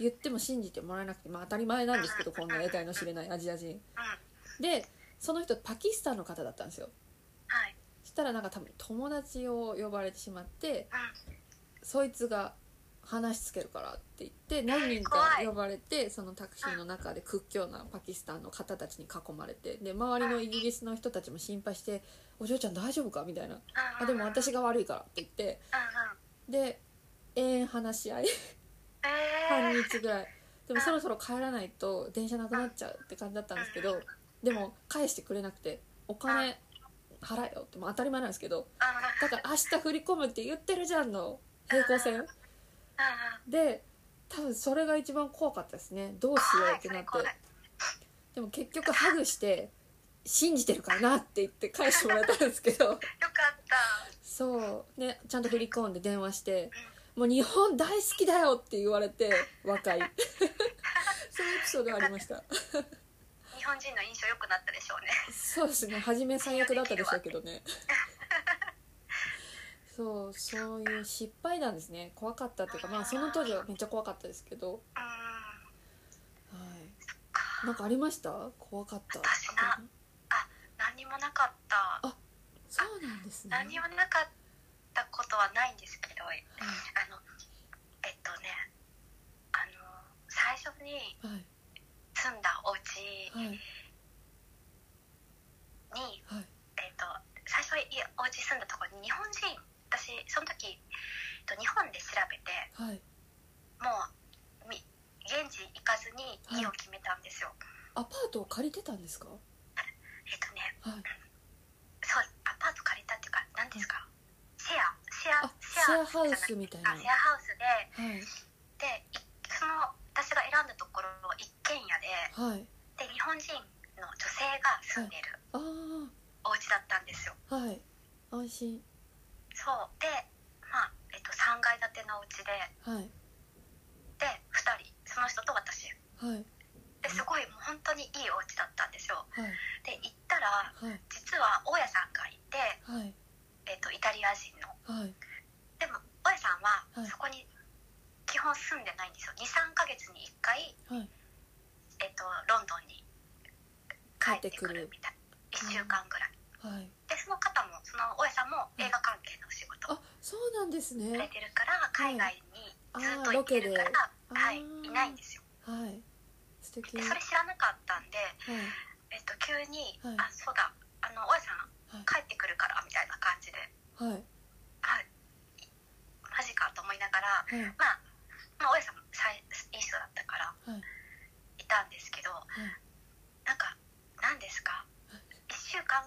A: 言っても信じてもらえなくて、まあ、当たり前なんですけどこんな得体の知れないアジア人
B: うん
A: でその人パキスタンの方だったんですよ
B: はい
A: そしたらなんか多分友達を呼ばれてしまって
B: うん
A: そいつが話しつけるからって言って何人か呼ばれてそのタクシーの中で屈強なパキスタンの方たちに囲まれてで周りのイギリスの人たちも心配して「お嬢ちゃん大丈夫か?」みたいな「
B: あ
A: あでも私が悪いから」って言って
B: うんうん
A: で延々話し合い半
B: えー
A: 日ぐらいでもそろそろ帰らないと電車なくなっちゃうって感じだったんですけどでも返してくれなくて「お金払えよ」ってまあ当たり前なんですけど
B: ああ
A: だから明日振り込むって言ってるじゃんの平行線
B: あ
A: で多分それが一番怖かったですねどうしようってなって
B: 怖いそれ怖い
A: でも結局ハグして「信じてるからな」って言って返してもらったんですけど
B: よかった
A: そうねちゃんと振り込んで電話して「もう日本大好きだよ」って言われて和 解そういうエピソードがありました
B: 日本人の印象良くなったでしょうね
A: そうですね初め最悪だったでしょうけどねそうそういう失敗談ですね怖かったっていうかまあその当時はめっちゃ怖かったですけど
B: うん
A: はい。なんかありました？怖かった。
B: 私な何もなかった
A: そうなんですね。
B: 何もなかったことはないんですけどあ
A: は
B: のえっとねあの最初に
A: いはい
B: 住んだお家
A: はい
B: に、
A: はい
B: えっと、最初いお家住んだところに日本人私その時、えっと、日本で調べて
A: はい。
B: もうみ現地行かずに家を決めたんですよ、
A: アパートを借りてたんですか？
B: えっとね
A: はい。
B: そうアパート借りたっていうか何ですか、シェアシェア
A: あシェアハウスみたいな。
B: あ
A: はい
B: シェアハウスで
A: は
B: でいその私が選んだところの一軒家で
A: い。
B: で日本人の女性が住んでる
A: あ
B: お家だったんですよ、
A: あはい。安心
B: そうでまあ、えっと、3階建てのお家で
A: はい
B: で2人その人と私
A: はい
B: ですごいもう本当にいいお家だったんですよ
A: はい
B: で行ったら
A: はい
B: 実は大家さんがいて、
A: はい
B: えっとイタリア人の
A: はい
B: でも大家さんは
A: はい
B: そこに基本住んでないんですよ23ヶ月に1回、
A: はい
B: えっとロンドンに帰ってく
A: 帰って
B: る
A: くる
B: みたい1週間ぐらい、
A: はい
B: でその方もその大家さんも映画関係の仕事を
A: あそうなんです
B: され
A: ね
B: てるから海外にずっ
A: あ
B: と
A: ー
B: 行ってる
A: ロ
B: から、
A: ケで
B: はい、
A: あー
B: いないんですよ
A: はい素敵
B: で
A: は
B: それ知らなかったんで、
A: い
B: えっと急に「
A: はい
B: あそうだあの大家さ
A: は
B: ん
A: い
B: 帰ってくるから」みたいな感じで
A: はい
B: はい、マジかと思いながら、
A: はい
B: まあ、まあ、大家さんもさいいい人だったから
A: はい
B: いたんですけど、
A: い
B: なんか何ですか
A: はい
B: 1週間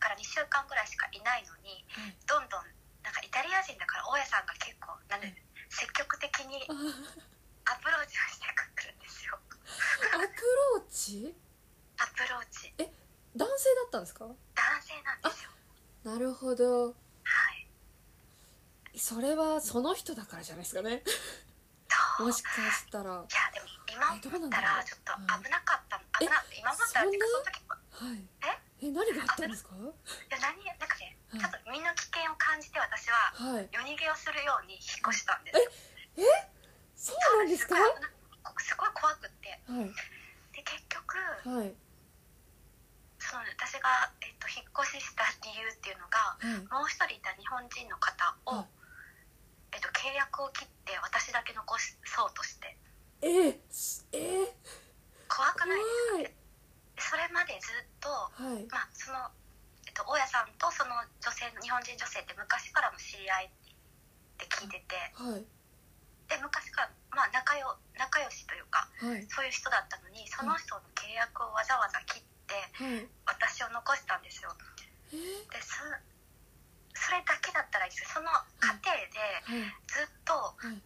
B: から2週間ぐらいしかいないのに
A: はい
B: どんどんなんかイタリア人だから大家さんが結構なんで
A: はい
B: 積極的に
A: あ
B: アプローチをしてくるんですよ
A: アプローチ
B: アプローチ
A: 男性だったんですか
B: 男性なんですよ
A: なるほど
B: はい
A: それはその人だからじゃないですかね
B: そう
A: もしかしたらはい
B: やでも今
A: えどうな
B: 思
A: ん
B: っ
A: だ
B: た
A: ろう
B: らちょっと危なかったの危な今思ったらっていうかその時
A: いえ何があったんですか
B: いや何なんか
A: は
B: ね、
A: い
B: ちょっと身の危険を感じて私は
A: はい
B: 夜逃げをするように引っ越したんです
A: そ
B: よ
A: うなんですかは
B: ごいすごい怖くって
A: い
B: で結局
A: はいはい
B: その私が、えっと、引っ越しした理由っていうのがもう一人いた日本人の方
A: は
B: を、えっと、契約を切って私だけ残しそうとして
A: いえー、すえー、
B: 怖
A: 怖
B: くない
A: い
B: それまでずっと、
A: はい
B: まあ、その、えっと、大家さんとその女性日本人女性って昔からの知り合いって聞いてて
A: はい
B: で昔から、まあ、仲よ仲良しというか
A: はい
B: そういう人だったのにその人の契約をわざわざ切って
A: はい
B: 私を残したんですよ
A: えー
B: でそそれだけだったらいいですその過程で
A: はい
B: ずっと
A: はい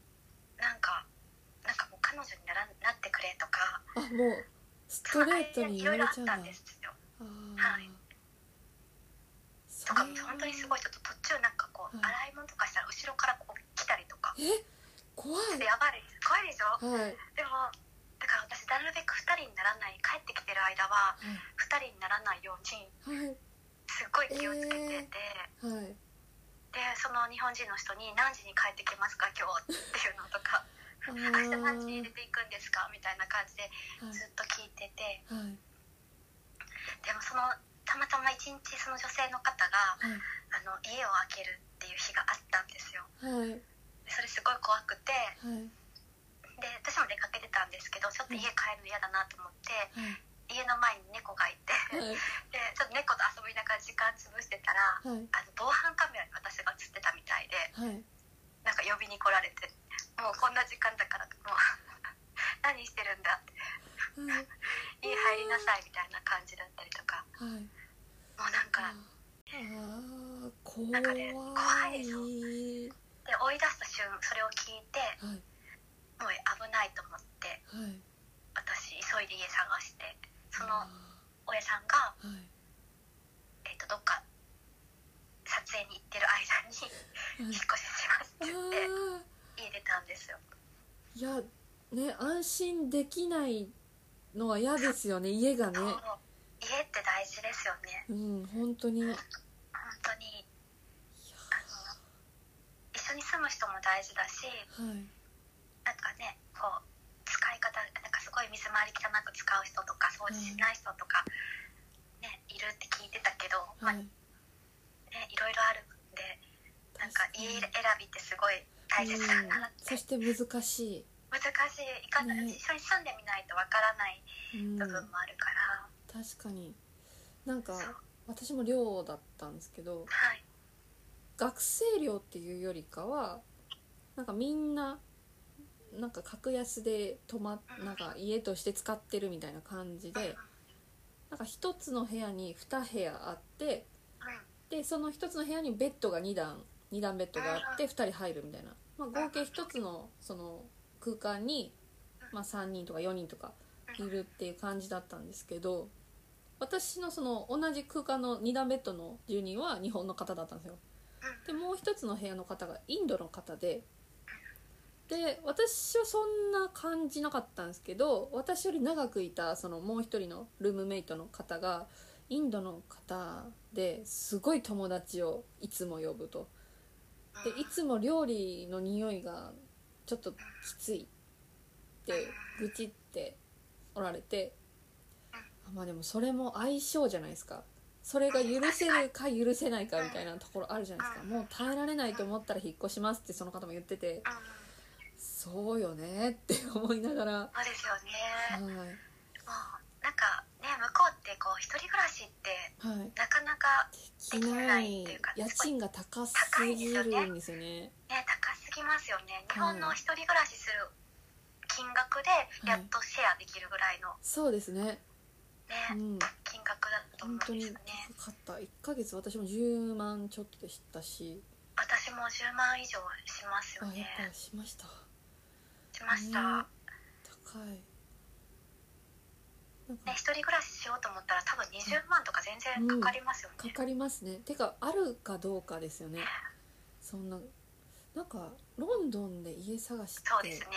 B: なんかなんかもう彼女にならなってくれとか
A: あもうストレートに
B: い
A: 言
B: ろ
A: わ
B: いろ
A: れ
B: あ
A: ちゃうんだ
B: ったんですよ
A: あー
B: はい
A: そ
B: と
A: れ
B: か
A: は
B: 本当にすごいちょっと途中なんかこう
A: は
B: 洗い物とかしたら後ろからこう来たりとか
A: え怖い
B: でやばいです怖いでしょ
A: はいはい
B: でもだから私なるべく2人にならない帰ってきてる間は2人にならないように
A: はい
B: すっごい気をつけてて。
A: えはい
B: でその日本人の人に「何時に帰ってきますか今日」っていうのとか「
A: あ
B: 明
A: ー
B: 日何時に出ていくんですか?」みたいな感じで
A: はい
B: ずっと聞いてて
A: はい
B: でもそのたまたま一日その女性の方があの家を空けるっていう日があったんですよ
A: はいはい
B: でそれすごい怖くて
A: はい
B: で私も出かけてたんですけどちょっと家帰るの嫌だなと思って
A: は
B: 家の前に猫がい て
A: いはい
B: でちょっと猫と遊びながら時間潰してたら
A: はい
B: あの防犯カメラに私が映ってたみたいで
A: はい
B: なんか呼びに来られて「もうこんな時間だからもう 何してるんだ」って
A: はい
B: 「家入りなさい」みたいな感じだったりとか
A: はい
B: もうなん
A: あ
B: か
A: あー
B: なんかね怖
A: 怖
B: い
A: い
B: でしょで追い出した瞬それを聞いて
A: はい
B: もう危ないと思って
A: はい
B: 私急いで家探してその
A: あ
B: 親さんが、
A: ーはい
B: えー、とどっか撮影に行ってる間に
A: は
B: 引
A: い
B: っ越ししますって言って
A: あ
B: 家出たんですよ
A: ーいやね安心できないのは嫌ですよね家がね
B: そう家って大事ですよね
A: うん本当にいや
B: 本当にあの一緒に住む人も大事だし
A: はい
B: なんかねこう使い方なんかすごい水回り汚く使う人とか掃除しない人とか、ね、いるって聞いてたけど、
A: は
B: まあ
A: い
B: ね、いろいろあるんでなんか家選びってすごい大切だなっ
A: うん
B: て、
A: そして難し
B: 難しいいかな、
A: ね
B: 一緒に住んでみないとわからない
A: い、うん、
B: 部分
A: 確
B: もあるから、
A: かになんか
B: そう
A: 私も寮だったんですけど
B: はい
A: 学生寮っていうよりかはなんかみんななんか格安で泊まっなんか家として使ってるみたいな感じでなんか一つの部屋に2部屋あって
B: うん
A: でその一つの部屋にベッドが2段2段ベッドがあって2人入るみたいな、まあ、合計一つのその空間に、まあ、3人とか4人とかいるっていう感じだったんですけど私のその同じ空間の2段ベッドの住人は日本の方だったんですよで
B: うん
A: もう一つの部屋の方がインドの方でで私はそんな感じなかったんですけど私より長くいたそのもう一人のルームメイトの方がインドの方ですごい友達をいつも呼ぶとでいつも料理の匂いがちょっときついって愚痴っておられてあまあでもそれも相性じゃないですかそれが許せるか許せないかみたいなところあるじゃないですかもう耐えられないと思ったら引っ越しますってその方も言ってて
B: うん
A: そうよねって思いながらは
B: そうです
A: い
B: よねもうなんかね向こうってこう一人暮らしって
A: はい
B: なかなか
A: できない家賃が高すぎるんですよね
B: ね高すぎますよね日
A: はい
B: 本の一人暮らしする金額でやっとシェアできるぐらいの
A: そうですねう
B: ね、
A: ん
B: 金額だと思
A: 本
B: う
A: 当
B: ん
A: に
B: です
A: 高
B: よね
A: かった1ヶ月私も10万ちょっとでしたし
B: 私も10万以上しますよ
A: あや
B: ね
A: っぱしました
B: しました、
A: ね高いなん
B: ね
A: か
B: 一人暮らししようと思ったら多分20万とか全然かかりますよ
A: か
B: ね、
A: かりますねてかあるかどうかですよねそんななんかロンドンで家探しっ
B: そうです
A: て
B: ね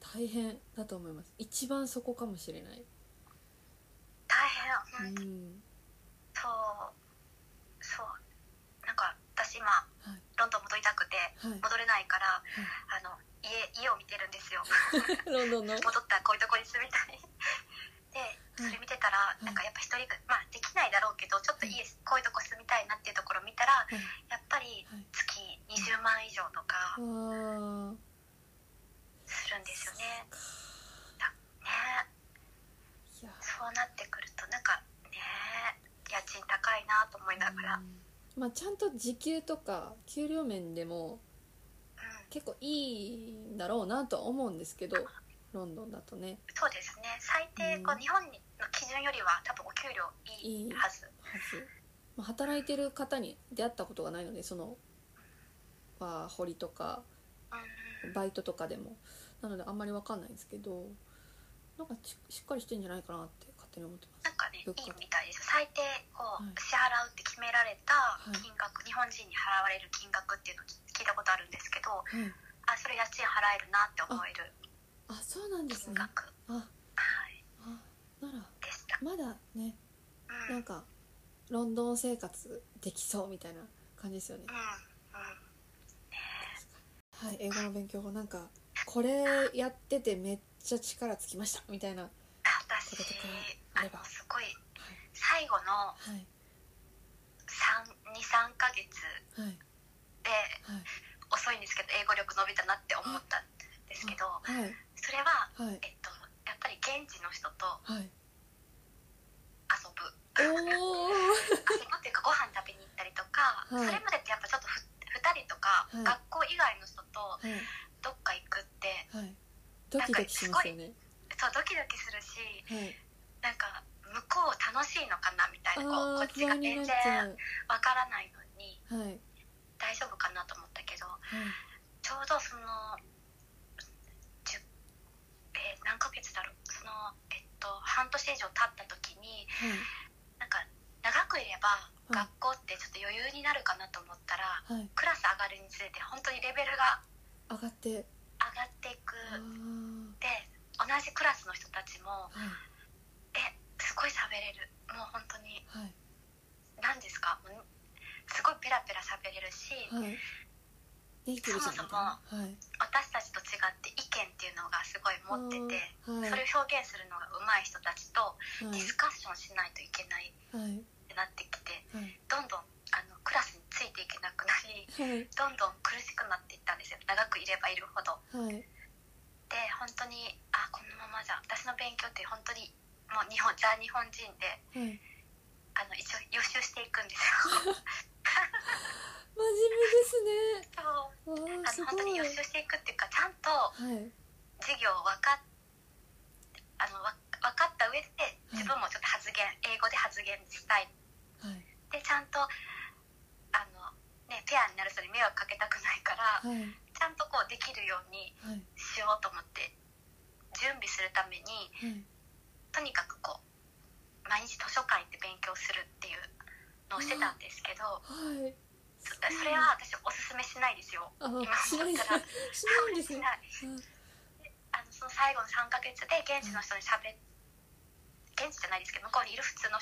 A: 大変だと思います一番そこかもしれないう
B: 大変、うん、
A: ん
B: そうそうなんか私今
A: はい
B: ロンドン戻りたくて
A: はい
B: 戻れないから、あの家家を見てるんですよ
A: ロンドンの
B: 戻ったらこういうとこに住みたい でそれ見てたら、
A: い
B: なんかやっぱ一人ぐまあできないだろうけどちょっといいこういうとこ住みたいなっていうところ見たら
A: はい
B: やっぱり
A: はい
B: 月20万以上とか
A: ああ
B: するんですよねね
A: いや
B: そうなってくるとなんかね家賃高いなと思いながら、うん
A: うんまあちゃんと時給とか給料面でも結構いいんだろうなとは思うんですけどロンドンだとね
B: そうですね最低こ
A: うん
B: う日本の基準よりは多分お給料いいはず
A: はず、まあ、働いてる方に出会ったことがないのでそのワーホリとか
B: うん
A: バイトとかでもなのであんまりわかんないんですけどなんかししっかりしてんじゃないかなって勝手に思ってま
B: な
A: す
B: んかねいい
A: よかった
B: みたいです最低こう
A: はい
B: 支払うって決められた
A: はい
B: 金額、日本人に払われる金額っていうのを聞いたことあるんですけど
A: はい
B: あそれ家賃払えるなって思える
A: あそうなんです
B: 金
A: ね
B: 額、
A: あ
B: はい
A: あなら
B: でした、
A: まだね
B: うん
A: な
B: うん
A: んかロンドン生活できそうみたいな感じですよね
B: うん
A: はい英語の勉強法なんかこれやっててめっちゃ力つきましたみたいなは
B: 私
A: 届けて
B: あ
A: あれば
B: のすごい最後の
A: いはい
B: 23ヶ月
A: はい
B: で遅いんですけど英語力伸びたなって思ったんですけど
A: はいはい
B: それは、
A: はい
B: えっと、やっぱり現地の人と
A: はい
B: 遊ぶ
A: お
B: 遊ぶ
A: お
B: っていうかご飯食べに行ったりとか、
A: はい
B: それまでってやっぱちょっとふ2人とか、
A: はい
B: 学校以外の人と
A: はい
B: どっか行くって
A: はいドキドキしますよね
B: そうドキドキするし
A: はい
B: なんか向こう楽しいのかなみたいなこ
A: ああ
B: うこっち
A: 不
B: が
A: 安に
B: 全
A: なっちゃう
B: 然わからないのに
A: はいはい
B: 大丈夫かなと思ったけどちょうどその10えー何ヶ月だろうそのえっと半年以上経った時になんか長くいれば
A: はい
B: 学校ってちょっと余裕になるかなと思ったら、
A: はいはい
B: クラス上がるにつれて本当にレベルが
A: 上がって
B: 上がっていく
A: ああ
B: で同じクラスの人たちも
A: はい
B: えすごい喋れるもう本当に
A: はい
B: 何ですかもうすごいペラペラ喋れるし
A: はいネイティブじゃんみたいなはい
B: 私たちと違って意見っていうのがすごい持ってて。
A: あーはい
B: それを表現するのが上手い人たちと
A: は
B: ディスカッションしないといけないっ
A: いはい
B: てなってきて
A: はい
B: どんどんあのクラスについていけなくなり
A: はい
B: どんどん苦しくなっていったんですよ長くいればいるほど
A: はい
B: で本当にあこのままじゃ私の勉強って本当にもう日本ザ日本人で
A: はい
B: あの一応予習していくんですよ
A: 真
B: そう
A: 面目ですねわ
B: あ
A: あす
B: の本当
A: ごい
B: に予習していくっていうかちゃんと
A: はい
B: 授業を分かっあのわ分かった上で自分もちょっと発言英語で発言したい
A: はい
B: でちゃんとあの、ね、ペアになる人に迷惑かけたくないからち
A: はい
B: ゃんとこうできるように
A: はい
B: しようと思って準備するために
A: はい
B: とにかくこう毎日図書館行って勉強するっていうのをしてたんですけど
A: はい
B: そそれは私おすすめしないですよ
A: あ
B: 今
A: しないん
B: 思っ
A: で
B: た
A: すしな
B: ら
A: いんです
B: し
A: ね
B: ないあのその最後の3ヶ月で現地の人にしゃべ現地じゃないですけど向こうにいる普通の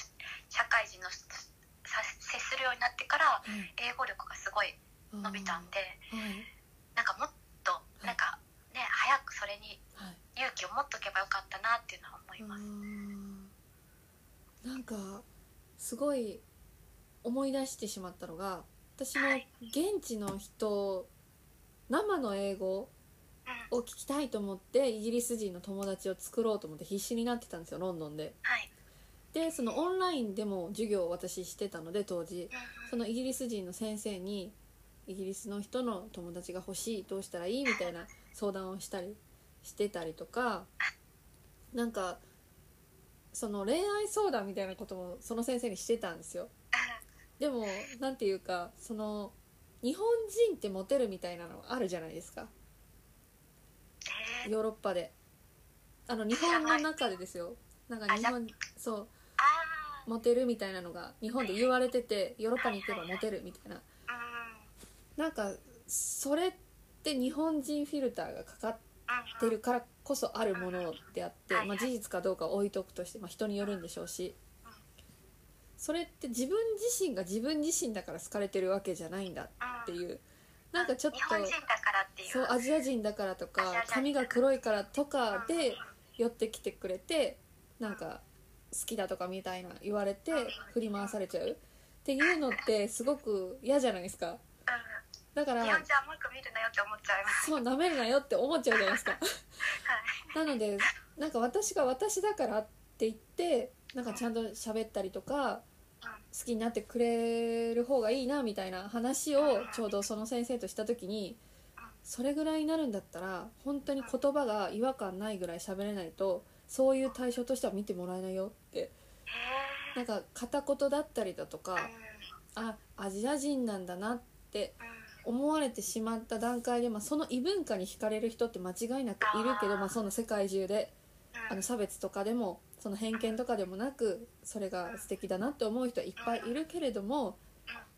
B: 社会人の人とさ接するようになってから英語力がすごい伸びたんで
A: うんはい
B: なんかもっとなんかね早くそれに
A: はい
B: 勇気を持っとけばよかったなっていうのは思います。
A: あーなんかすごい思い出してしまったのが私も
B: はい
A: 現地の人生の英語
B: うん
A: を聞きたいと思ってイギリス人の友達を作ろうと思って必死になってたんですよロンドンで
B: はい
A: でそのオンラインでも授業を私してたので当時
B: うん
A: そのイギリス人の先生にイギリスの人の友達が欲しいどうしたらいいみたいな相談をしたりしてたりとかなんかその恋愛相談みたいなこともその先生にしてたんですよでもなんていうかその日本人ってモテるみたいなのあるじゃないですか
B: えー
A: ヨーロッパであの日本の中でですよなんか日本そう
B: あ
A: モテるみたいなのが日本で言われててヨーロッパに行けばモテるみたいな
B: ーうん
A: なんかそれって日本人フィルターがかかっ
B: うん
A: てるからこそあるものであって、
B: はい
A: まあ、事実かどうかは置いとくとして、まあ、人によるんでしょうしそれって自分自身が自分自身だから好かれてるわけじゃないんだ
B: うん
A: っていうなんかちょっと
B: 日本人だからっていう
A: そうアジア人だからと
B: アジア
A: か
B: 人
A: 髪が黒いからとか
B: うんうん
A: で寄ってきてくれてなんか好きだとかみたいな言われて振り回されちゃうっていうのってすごく嫌じゃないですか
B: う
A: だか
B: ん
A: ら
B: 日本人はもう一個見るなよって思っちゃいます
A: そうなめるなよって思っちゃうじゃないですか
B: はい
A: なのでなんか私が私だからって言ってなんかちゃんと喋ったりとか
B: うん
A: 好きになってくれる方がいいなみたいな話をちょうどその先生とした時にそれぐらいになるんだったら本当に言葉が違和感ないぐらい喋れないとそういう対象としては見てもらえないよって
B: へ
A: なんか片言だったりだと
B: ー
A: かあアジア人なんだなって
B: うんうん
A: 思われてしまった段階で、まあ、その異文化に惹かれる人って間違いなくいるけど、まあ、その世界中で
B: うん
A: あの差別とかでもその偏見とかでもなくそれが素敵だなって思う人はいっぱいいるけれども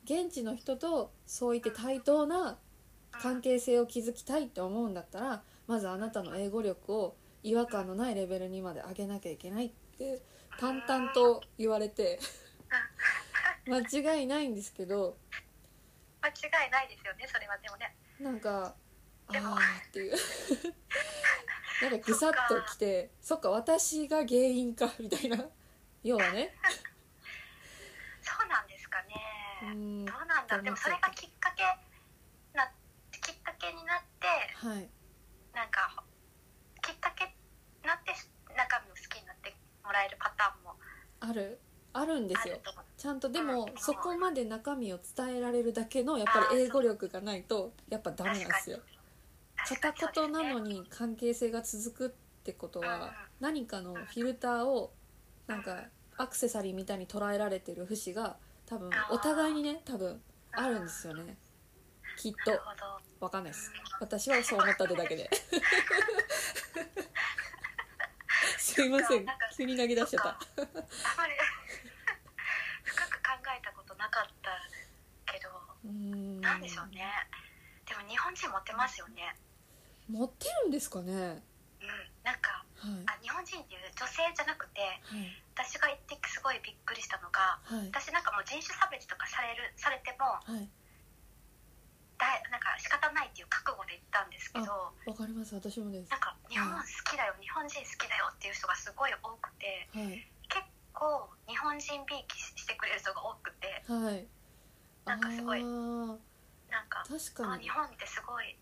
A: 現地の人とそういって対等な関係性を築きたいって思うんだったらまずあなたの英語力を違和感のないレベルにまで上げなきゃいけないって淡々と言われて 間違いないんですけど
B: 間違いないですよねそれはでもね
A: なんかあ
B: でも
A: あーっていう なんかぐさっときてそっか私が原因かみたいな 要はね
B: そうなんですかね
A: うーん
B: どうなんだろうでもそれがきっかけなきっかけになって
A: はい
B: なんかきっかけになって中身を好きになってもらえるパターンも
A: あるあるんで
B: あ
A: すよ
B: ると思う
A: ちゃんとでも
B: うん
A: そこまで中身を伝えられるだけのやっぱり英語力がないとやっぱダメなんですよ
B: 確か
A: 片
B: にそ
A: 言
B: う
A: な
B: ですね
A: のに関係性が続くってこと
B: うんうん
A: は何かのフィルターをなんかアクセサリーみたいに捉えられてる節が多分お互いにね多分あるんですよねきっ
B: な
A: と
B: るほど
A: わかんないです私はそう思ったってだ けですいません急に投げ出しちゃった
B: あまり深く考えたことなかったけど
A: うーん
B: なんでしょうねでも日本人モテますよね
A: 持ってるんですかね
B: うんなんか
A: はい
B: あ日本人っていう女性じゃなくて
A: はい
B: 私が行ってすごいびっくりしたのが
A: はい
B: 私なんかもう人種差別とかされるされても
A: はい
B: だいなんか仕方ないっていう覚悟で行ったんですけど
A: わかります私もです
B: なんか日本好きだよ日本人好きだよっていう人がすごい多くて
A: はい
B: 結構日本人びいきしてくれる人が多くて
A: はい
B: なんかすごい
A: あー
B: なんか
A: 確
B: あ
A: かに
B: 日本ってすごい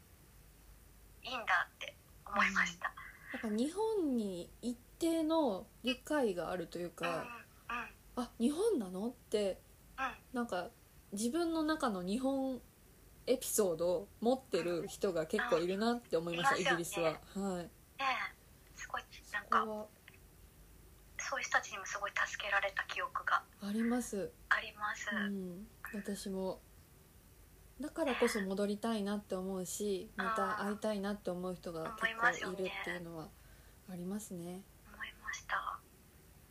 B: いいんだって思いました
A: やっぱ日本に一定の理解があるという
B: うんうん
A: か、あ日本なのって
B: うん
A: なんか自分の中の日本エピソードを持ってる人が結構いるなって思いました、
B: うん
A: イギリスは、はい
B: ねえすごいなん
A: これ
B: か
A: は
B: そういう人たちにもすごい助けられた記憶が
A: あります
B: あります、
A: う
B: うん
A: ん私もだからこそ戻りたいなって思うしまた会いたいなって思う人が
B: 思います
A: 結
B: よ
A: 構い
B: ね
A: るっていうのはありますね
B: 思いました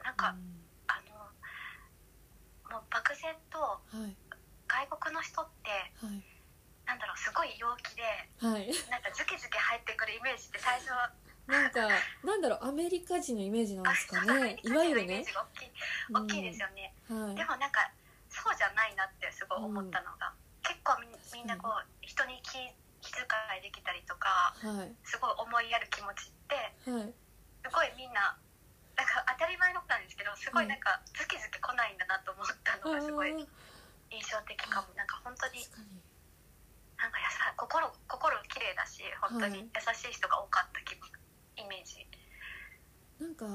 B: なんか、あのもう漠然と
A: うんはい
B: 外国の人って
A: はい
B: なんだろうすごい陽気で
A: はい
B: なんかズキズキ入ってくるイメージって最初は
A: なんかなんだろうアメリカ人のイメージなんですか ねいわゆるね
B: イメージが大きい大きいですよね、
A: うんはい
B: でもなんかそうじゃないなってすごい思ったのが、結構みんみんなこう人に気気遣いできたりとか
A: はい
B: すごい思いやる気持ちって
A: はい
B: すごいみんななんか当たり前のことなんですけどすごいなんかズキズキ来ないんだなと思ったのがすごい
A: あー
B: 印象的かもなんか本当に
A: 確かに
B: なんかやさ心心綺麗だし本当に優しい人が多かった気分、イメージ
A: なんか、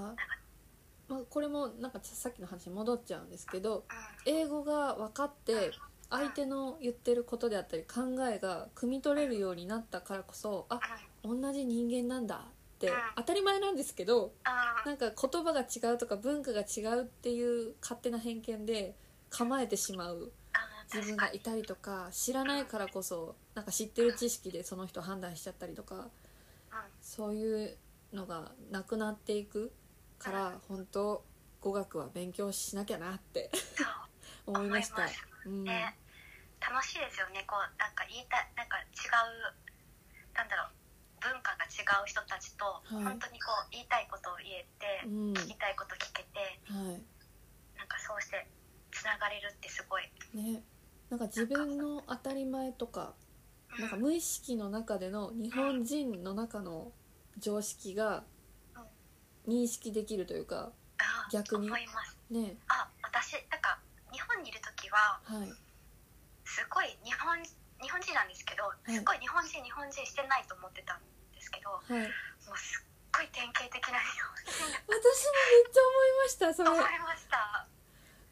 A: まあ、これもなんかさっきの話に戻っちゃうんですけど
B: うん
A: 英語が分かって相手の言ってることであったり考えが汲み取れるようになったからこそあ
B: うん
A: 同じ人間なんだって
B: うん
A: 当たり前なんですけど
B: うん
A: なんか言葉が違うとか文化が違うっていう勝手な偏見で構えてしまう自分がいたりとか知らないからこそなんか知ってる知識でその人判断しちゃったりとかそういうのがなくなっていくから本当語学は勉強しなきゃなって 思いました。うん、
B: ね楽しいですよねこうなんか言いたいなんか違うなんだろう文化が違う人たちと
A: い
B: 本当にこう言いたいことを言えて、
A: うん
B: 聞きたいこと聞けて
A: は
B: なんかそうしてつながれるってすごい、
A: いね、なんか自分の当たり前とか
B: うん、
A: なんか無意識の中での日本人の中の常識が認識できるというか
B: あー
A: 逆に
B: 思います
A: ね
B: あ私なんか日本にいる時は
A: はい
B: すごい日本日本人なんですけど
A: い
B: すごい日本人日本人してないと思ってたんですけども
A: はい私もめっ
B: うすっごい典型的な日本人
A: ちゃ思いました
B: だ
A: そ
B: と
A: れ
B: 思いました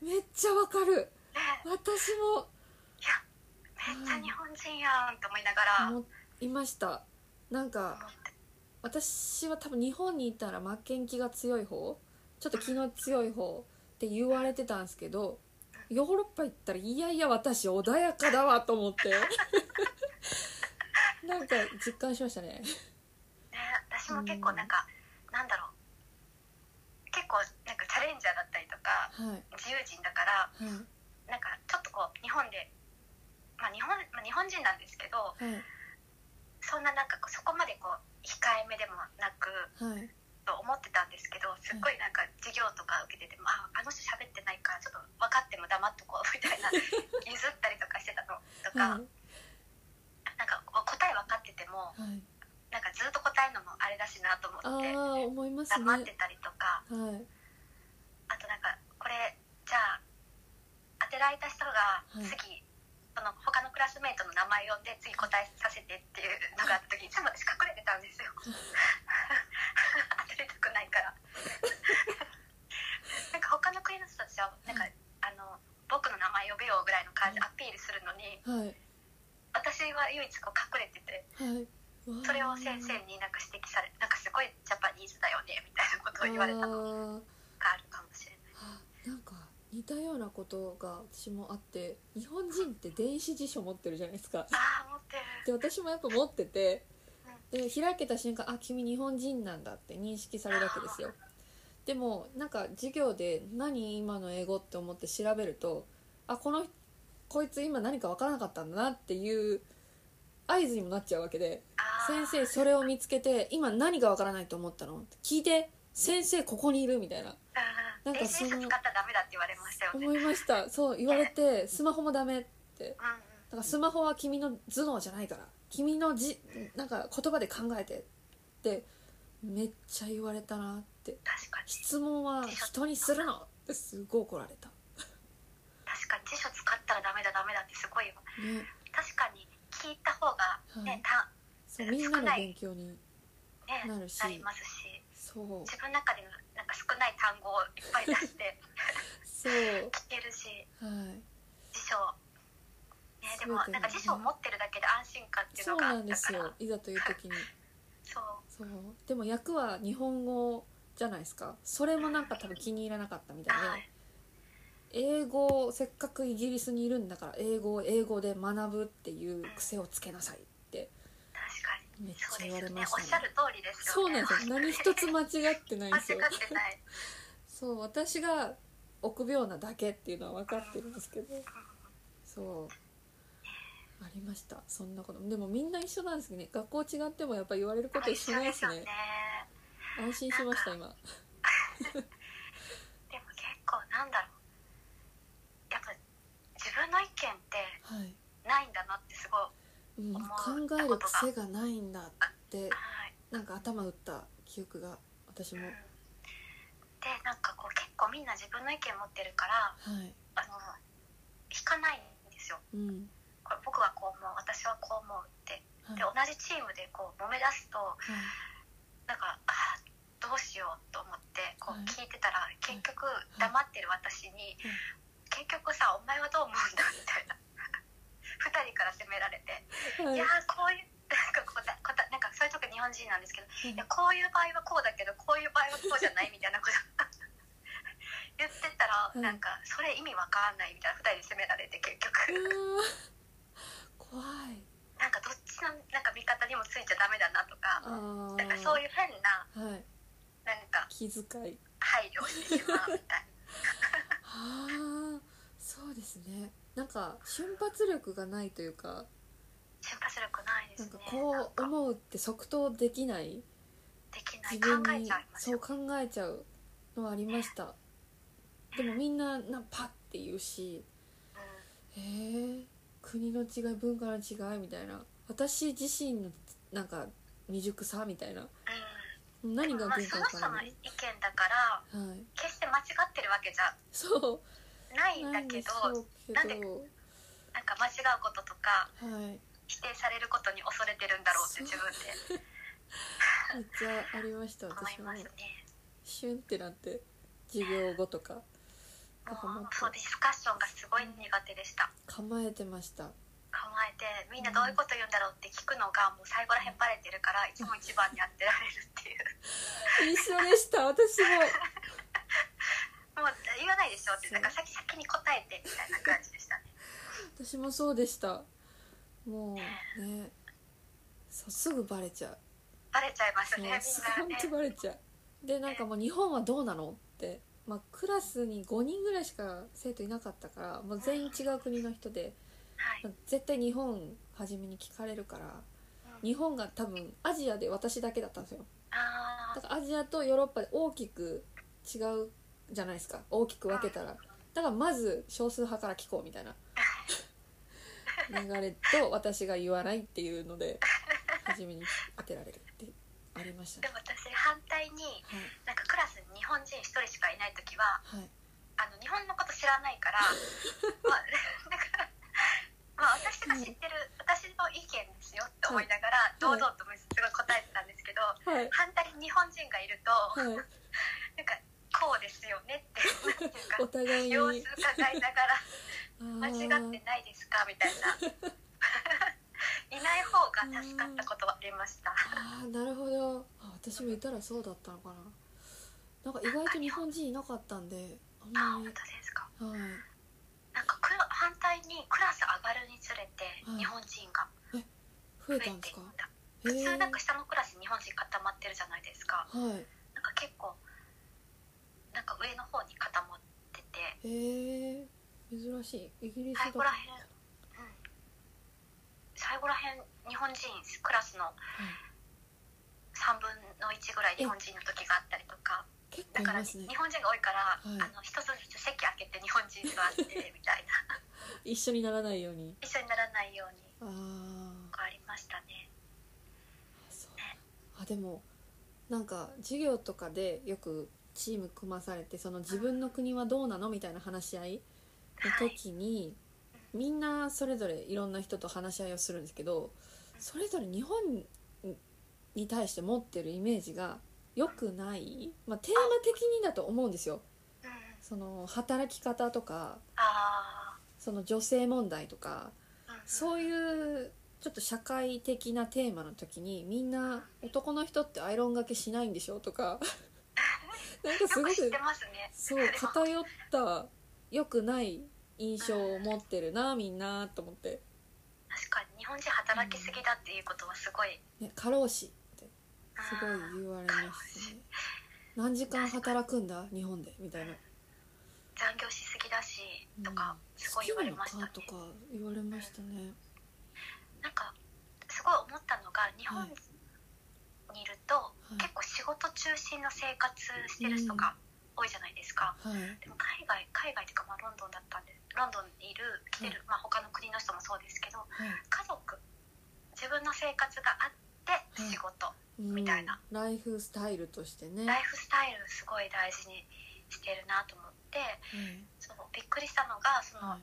A: めっちゃわかる
B: ね
A: 私も
B: いやめっちゃ日本人やんと思いながら思っ
A: 思いましたなんか
B: て
A: 私は多分日本にいたら負けん気が強い方ちょっと気の強い方って言われてたんですけどヨーロッパ行ったらいやいや私穏やかだわと思って なんか実感しましたね
B: ね私も結構なんかなんだろう結構なんかチャレンジャーだったりとか
A: はいは
B: 自由人だからなんかちょっとこう日本でまあ日本まあ日本人なんですけど
A: いはい
B: そんななんかこうそこまでこう控えめでもなく
A: はい
B: と思ってたんですけどすっごいなんか授業とか受けてても、ああの人喋ってないからちょっと分かっても黙っとこうみ たいな譲ったりとかしてたのと
A: は
B: か、なんかこう答え分かってても
A: いはい
B: なんかずっと答えるのもあれだしなと思
A: あ
B: って
A: あ思いますね
B: 黙ってたりとか
A: はい
B: あとなんかこれじゃあ当てられた人が
A: い
B: 次、その他のクラスメートの名前呼んで次答えさせてっていうのが あった時いつも私隠れてたんですよ当てれたくないから なんか他の国の人たちはなんか、
A: は
B: あの僕の名前呼べよぐらいの感じでアピールするのに
A: はい
B: 私は唯一こう隠れてて
A: はい
B: それを先生になんか指摘されなんかすごいジャパニーズだよねみたいなことを言われたの
A: の
B: があるかもしれない
A: なんか似たようなことが私もあって日本人って電子辞書持ってるじゃないですか
B: ああ持ってる
A: で私もやっぱ持っててで開けた瞬間あ君日本人なんだって認識されるわけですよでもなんか授業で何今の英語って思って調べるとあこのこいつ今何か分からなかったんだなっていう合図にもなっちゃうわけで
B: あ
A: 先
B: ー
A: 生それを見つけて今何がわからないと思ったのって聞いて先生ここにいるみたいな
B: うん
A: なんかその
B: SNS 使ったらダメだって言われましたよね。うんうん。
A: 思いましたそう言われてスマホもダメってだからスマホは君の頭脳じゃないから君のじなんか言葉で考えてってめっちゃ言われたなって
B: 確かに
A: 質問は人にするのってすごい怒られた
B: 確かに辞書使ったらダメだダメだってすごい
A: ね
B: 確かに聞いた方が
A: はい
B: ね、た
A: そうみんなの勉強に
B: ね
A: な
B: な
A: るし
B: りますし、
A: そう
B: 自分の中でのなんか少ない単語をいっぱい出して
A: そう
B: 聞けるし、
A: はい
B: 辞書ねでも
A: そうだ
B: な
A: よね
B: んか辞書を持ってるだけで安心感っていう
A: そ
B: の
A: う
B: が
A: な
B: あっ
A: んで
B: た
A: す
B: から。
A: よいざという時に
B: そう
A: そうでも役は日本語じゃないですかそれもなんか多分気に入らなかったみたい
B: はい
A: で英語をせっかくイギリスにいるんだから英語を英語で学ぶっていう癖をつけなさいって
B: 確かに
A: めっち
B: そう
A: ゃ
B: で
A: 言われ
B: すよ
A: ま
B: ね。おっ
A: し
B: したゃ
A: ね
B: る通りです
A: そ
B: よ
A: うな
B: ね。
A: んですよ何一つ間 違ってないん
B: 間違
A: ですよ
B: っ てない。
A: そう私が臆病なだけっていうのは分かってるんですけど
B: うん
A: そうありましたそんなことでもみんな一緒なんですね学校違ってもやっぱ言われること一
B: 一
A: 緒
B: 緒
A: なんで
B: ですすよね
A: ね安心しました今
B: でも結構なんだろうやっぱ自分の意見って
A: はい、
B: ないんだなってすごい、
A: うん、考える癖がないんだって
B: はい
A: なんか頭打った記憶が私
B: う
A: も
B: ん
A: は、
B: でなんかこう結構みんな自分の意見持ってるから
A: い
B: あの引かないんですよ
A: うん
B: これ僕はこう思う私はこう思うって
A: はい
B: で同じチームでこう揉め出すと
A: はい
B: なんかあーどうしようと思ってこう
A: はい
B: 聞いてたら、結局黙ってる私に、
A: うん
B: 結局さお前はどう思うんだみたいな二人から責められて、
A: はい
B: い、やーこう いうなんかこうだこうだなんかそういう時日本人なんですけど、いやこういう場合はこうだけどこういう場合はこうじゃないみたいなこと言ってたら、
A: うん
B: なんかそれ意味わかんないみたいな二人で責められて結
A: う
B: 局
A: わー怖い
B: なんかどっちのなんか味方にもついちゃダメだなとか
A: あ
B: なんかそういう変な
A: あはい
B: なんか
A: 気遣い
B: 配慮をしてしまうみたいな。
A: はあそうですねなんか瞬発力がないというか
B: 瞬発力ないで
A: なん
B: す
A: か
B: ね。
A: こう
B: なんか
A: 思うって即答できない
B: できない
A: 自
B: 考
A: 分
B: え
A: に
B: ちゃいます
A: そう
B: よ。
A: 考えちゃうのはありましたでもみんななパッて言うし
B: うん
A: へえ国の違い文化の違いみたいな私自身のなんか未熟さみたいな何
B: うん。
A: が
B: まあ
A: 文
B: そ
A: 化
B: の
A: わ
B: 人
A: かん
B: の
A: ない
B: 意見だから
A: はい
B: 決して間違ってるわけじゃ
A: そう
B: ないん
A: な
B: だ
A: ん
B: け
A: でし
B: ど、
A: ょうけど
B: なんでなんか間違うこととか
A: はい
B: 否定されることに恐れてるんだろうって自分で
A: めっちゃありました
B: 思い
A: 私も
B: ますね。
A: シュンってなって授業後とかなんかもっ
B: もうそう
A: と
B: ディスカッションがすごい苦手でした。
A: 構えてました
B: 考えてみんなどういうこと言うんだろうって聞くのがもう最後らへんバレてるからいつも一番にやってられるっていう。
A: 一緒でした私も
B: もう言わないでしょってなんか先先に答えてみたいな感じでしたね。
A: 私もそうでしたもうねそうすぐバレちゃう
B: バレちゃいます
A: そ
B: ね、みん
A: う
B: な
A: すぐ本
B: ね。
A: 当バレちゃうでなんかもう日本はどうなのって、まあ、クラスに5人ぐらいしか生徒いなかったからもう全員違う国の人で
B: はい。
A: まあ絶対日本初めに聞かれるから日本が多分アジアで私だけだったんですよ
B: あ
A: だ
B: あ、
A: からアジアとヨーロッパで大きく違うじゃないですか大きく分けたらだからまず少数派から聞こうみたいな流れと私が言わないっていうので初めに当てられるってありました
B: で
A: ね
B: も私反対になんかクラスに日本人一人しかいない時は
A: はい、はい、
B: あの日本のこと知らない から、まあ、 なんかまあ私が知ってる私の意見ですよって思いながら堂々とすごい答えてたんですけど
A: はい
B: 反対に日本人がいると
A: はい、
B: なんかこうですよねってなんていうか
A: お互いに
B: 様子伺いながら
A: あ
B: 間違
A: ー
B: ってないですかみたい ないない方が助かったことはありました。
A: あーなるほどあ私もいたらそうだったのかななんか意外と日本人いなかったんであん
B: あ
A: ま
B: 本当
A: り
B: ですか
A: はい
B: なんかクラ反対にクラス上がるにつれて
A: はい
B: 日本人が
A: 増
B: 増
A: え
B: えて
A: た
B: いっ
A: んですか
B: た、
A: へ
B: 普
A: え
B: 通なんか下のクラス日本人固まってるじゃないですか
A: はい
B: なんか結構なんか上の方に固まってて
A: へえ珍しいイギリスだ
B: 最
A: と
B: 後らへんうん最後らへん日本人クラスの3分の1ぐらい日本人の時があったりとか
A: 結構
B: だ
A: い
B: から
A: ます
B: 日
A: ね
B: 本人が多いか
A: は
B: ら、
A: い
B: あの一つずつ席開けて日本人座ってみた いな
A: 一緒にならないように
B: 一緒にならないように
A: あ
B: とかありましたね
A: あそうあでもなんか授業とかでよくチーム組まされてその自分の国はどうなのみたいな話し合い
B: は
A: の
B: い
A: 時にみんなそれぞれいろんな人と話し合いをするんですけどそれぞれ日本に対して持ってるイメージが良くない、まあ、テーマ的にだと思うんですよ
B: うんうん
A: その働き方とか
B: あ
A: その女性問題とか
B: あ、
A: そう
B: う
A: いうちょっと社会的なテーマの時にみんな男の人ってアイロンがけしないんでしょとかなんか
B: ん
A: すご
B: よく知っ
A: く
B: てますね。
A: そう偏った良くない印象を持ってるなみんなと思って、
B: 確かに日本人働きすぎだっていうことはすごい。
A: ね、過労死ってすごい
B: うん
A: 言われますね何時間働くんだ日本でみたいな
B: 残業しすぎだし、とかすごい言われましたね
A: 好きなのかとか言われましたね
B: なんかすごい思ったのが日本
A: はい
B: にいると
A: い
B: 結構仕事中心の生活してる人が多いじゃないですか、
A: はい
B: でも海外海外っていうかまあロンドンだったんでロンドンにいる来てる、まあ、他の国の人もそうですけど
A: はい
B: 家族自分の生活があって
A: はい
B: 仕
A: う
B: 事、
A: ん
B: みたいな
A: ライフスタイルとしてね
B: ライフスタイルすごい大事にしてるなと思ってそのびっくりしたのがそ
A: は
B: の
A: い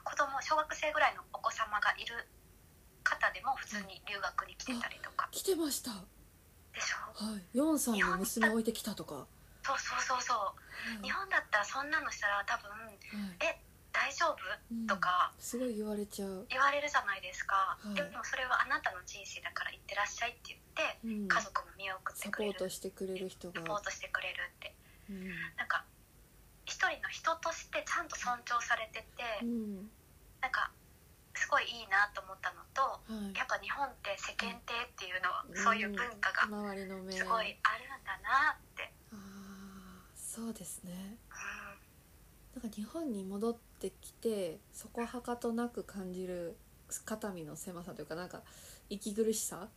B: 子供小学生ぐらいのお子様がいる方でも普通に留学に来てたりとか
A: 来てました
B: でしょ
A: はい4歳の娘置いてきたとかは
B: そうそうそうそ
A: い
B: う日本だったらそんなのしたら多分
A: はい
B: 「大丈夫?
A: うん」
B: とか
A: すごい言われちゃう、
B: 言われるじゃないですか、
A: はい
B: でもそれはあなたの人生だから行ってらっしゃいって言って
A: うん、
B: 家族も見送って
A: サ
B: く
A: ポ
B: れ
A: ー
B: る
A: トしてくれる人
B: サポ
A: が
B: ー、トしてくれるって
A: うん
B: なんか一人の人としてちゃんと尊重されて
A: う
B: て、
A: ん
B: なんかすごいいいなと思ったのと
A: はい、
B: やっぱ日本って世間体っていうのは、そういう文化が
A: うん周りの目
B: すごいあるんだなって、
A: ああそうですね
B: うん
A: なんか日本に戻ってきてそこはかとなく感じる肩身の狭さというかなんか息苦しさ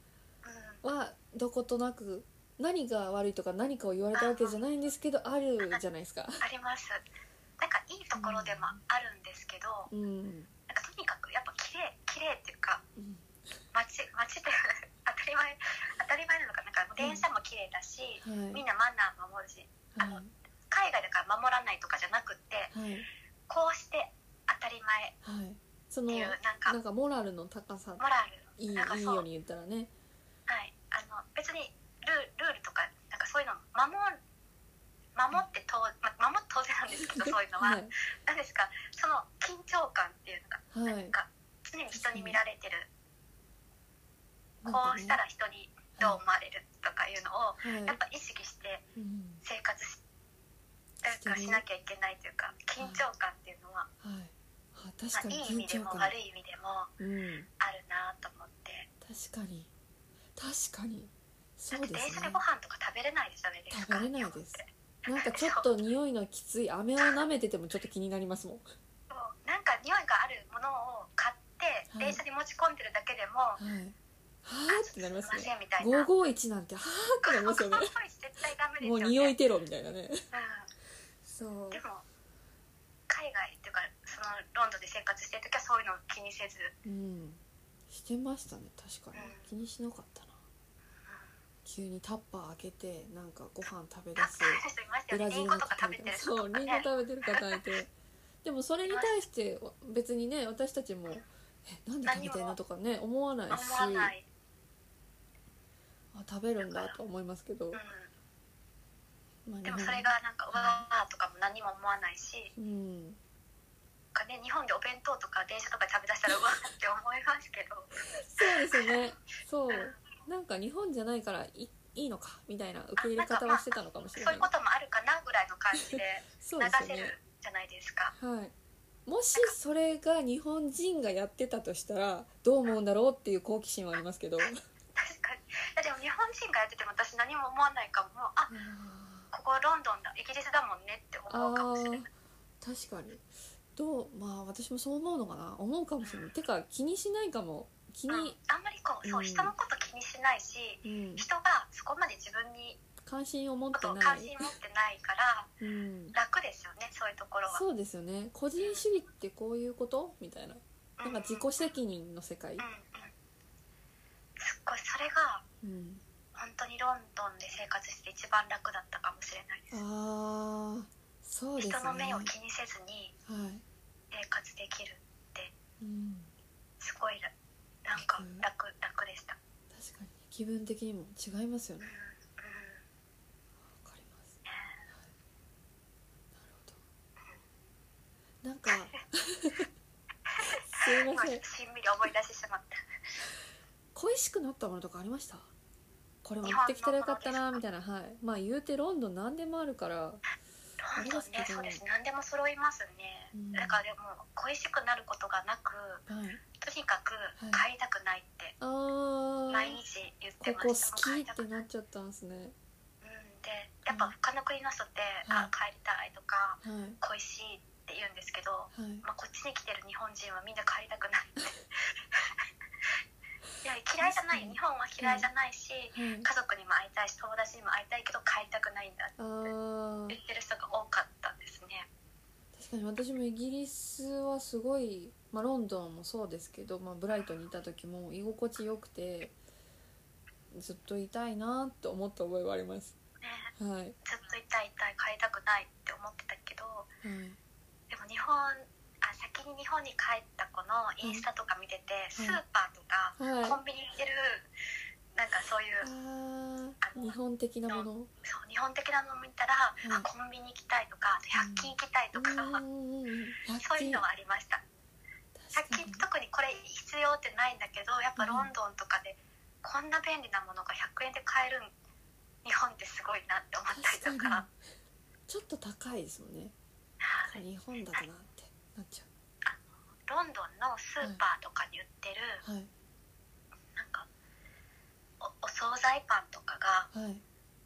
B: うん
A: はどことなく何が悪いとか何かを言われたわけじゃないんですけどあるじゃないですか。
B: ありますなんかいいところでもあるんですけど、
A: うん
B: なんかとにかくやっぱ綺麗綺麗っていうか
A: うん
B: 街街って 当たり前当たり前なのかなんか電車も綺麗だし、
A: はい
B: みんなマナー守るし
A: は
B: 海外だから守らないとかじゃなくって
A: いはい
B: こうして当たり前
A: はいそ
B: っ
A: の
B: ていうなんか
A: なんかモラルの高さ
B: モラル
A: いいいい
B: なんかそう
A: ように言ったらね
B: はいあの別にルールールとかなんかそういうの守る守ってと、ま、守って当然なんですけ どそういうの
A: は
B: は、
A: い
B: なんですかその緊張感っていうのが
A: はい
B: なんか常に人に見られてる、
A: なん
B: こ
A: か
B: う
A: ね
B: したら人にどう思われるとかいうのを
A: はい
B: やっぱ意識して
A: うん
B: 生活しなんかしなきゃいけないというか緊張感っていうのは、
A: はいあ
B: ま
A: 確
B: あ、
A: か
B: い
A: に
B: い意
A: 緊
B: 味で
A: 張
B: も
A: 感
B: 悪い意味でも
A: うん
B: あるなと思って
A: 確かに確かに
B: だ
A: そ
B: っ
A: う
B: て
A: で
B: 電
A: すね
B: 車でご飯とか食べれないじゃないですか
A: 食べれないです
B: 日
A: なん
B: 本って
A: かちょっと匂いのきつい飴を舐めててもちょっと気になりますもん
B: そうなんか匂いがあるものを買って
A: はい
B: 電車に持ち込んでるだけでも
A: はいは
B: 「
A: ーってなります
B: すい
A: ね
B: ません」みたいな
A: 551なんてはーってなります よね
B: 絶対ダメです
A: も
B: よ
A: う
B: ね
A: 匂いテロみたいなね
B: うん
A: そう
B: でも海外っていうかそのロンドンで生活してる時はそういうのを気にせず
A: うんしてましたね確かに
B: うん
A: 気にしなかったな急にタッパー開けてなんかご飯食べ出
B: た
A: す
B: 食べる人いました
A: ブラ
B: よね
A: ジル
B: リン
A: の
B: ゴとか
A: 方
B: 食
A: みたいな
B: べてる人
A: そ
B: と
A: う
B: か
A: リンゴ
B: ね
A: 食べてる方い てでもそれに対して別にね私たちも「えなんで食べてんの?」とかね思わないし
B: 思わない、
A: あ食べるんだと思いますけど、
B: う
A: まあ、日
B: ん、でも
A: 本
B: それがなんかうわーとかも何も思わないし
A: うん
B: なんか、ね、日本でお弁当とか電車とか食べだしたらうわーって思いますけど
A: そうですよねそうなんか日本じゃないからいいいのかみたいな受け入れ方はしてたのかもしれ
B: そ
A: な
B: う
A: い
B: い
A: う
B: こともあるかなぐらいの感じで
A: そう
B: 流
A: です
B: せ
A: よね
B: るじゃないですか。
A: はいもしそれが日本人がやってたとしたらどう思うんだろうっていう好奇心はありますけど
B: 確かにいやでも日本人がやってても私何も思わないかももうあここロンドンだイギリスだもんねって思
A: あ
B: うかもしれない
A: ー確かにどうまあ私もそう思うのかな思うかもしれないてか気にしないかも気
B: うん
A: に、、
B: あんまりこうそう
A: うん
B: 人のこと気にしないし、
A: うん、
B: 人がそこまで自分に
A: 関心を持っ
B: こ
A: て
B: とを
A: な
B: 関
A: い
B: 心、持ってないから
A: うん、
B: 楽ですよねそういうところは。
A: そうですよね個人主義ってこういうことみたいななんか自己責任の世界
B: うんうん、すっごいそれが
A: うん
B: 本当にロンドンで生活して一番楽だったかもしれないです。
A: ああそうですね
B: 人の目を気にせずに
A: はい、
B: 生活できる
A: うん、
B: すごいらなんか楽楽でした。
A: 確かに気分的にも違いますよね
B: うんうん
A: わかります、はい、なるほどなんか すいません
B: 今しんみり思い出してしまった
A: 恋しくなったものとかありましたこれ持ってきたらよかったなみたいなはいまあ言うてロンドン何でもあるから
B: ロンドンねそうですね何でも揃いますね、
A: うん
B: だからでも恋しくなることがなく
A: はい
B: とにかく
A: は
B: 帰りたくないって
A: あ
B: 毎
A: ー
B: 日言って
A: こ
B: ま
A: こ好
B: した、
A: き
B: もう帰りた
A: って
B: く
A: なっちゃったんですね
B: うんでやっぱ他の国の人って、
A: はい
B: あ帰りたいとか
A: はい
B: 恋しいっって言うんですけど、
A: はい
B: まあ、こっちに来てる日本人はみんな帰りたくない いや嫌いじゃない日本は嫌いじゃないし、
A: はい
B: 家族にも会いたいし友達にも会いたいけど帰りたくないんだって
A: あー
B: 言ってる人が多かったんですね
A: 確かに私もイギリスはすごい、まあ、ロンドンもそうですけど、まあ、ブライトンにいた時も居心地よくてずっといたいなと思った覚えはあります
B: ね
A: はいはい
B: ずっと痛い痛い帰りたくないって思ってたけどでも日本あ先に日本に帰った子のインスタとか見てて、スーパーとか、
A: はい
B: コンビニ行ってるなんかそういう
A: あー日本的なもの
B: そう日本的なの見たら、
A: ん
B: あコンビニ行きたいとか100均行きたいとか、
A: うんうんうんラ
B: そう
A: ッキ
B: いう
A: ー
B: のはありました
A: 確
B: 100
A: か
B: 均
A: に
B: 特にこれ必要ってないんだけどやっぱロンドンとかでこんな便利なものが100円で買える日本ってすごいなって思ったりと
A: 確かに
B: か
A: ちょっと高いですもんね
B: はい
A: 日本だとなってなっちゃ
B: ロンドンのスーパーとかに売ってる、
A: うはい
B: なんかおお惣菜パンとかが
A: はい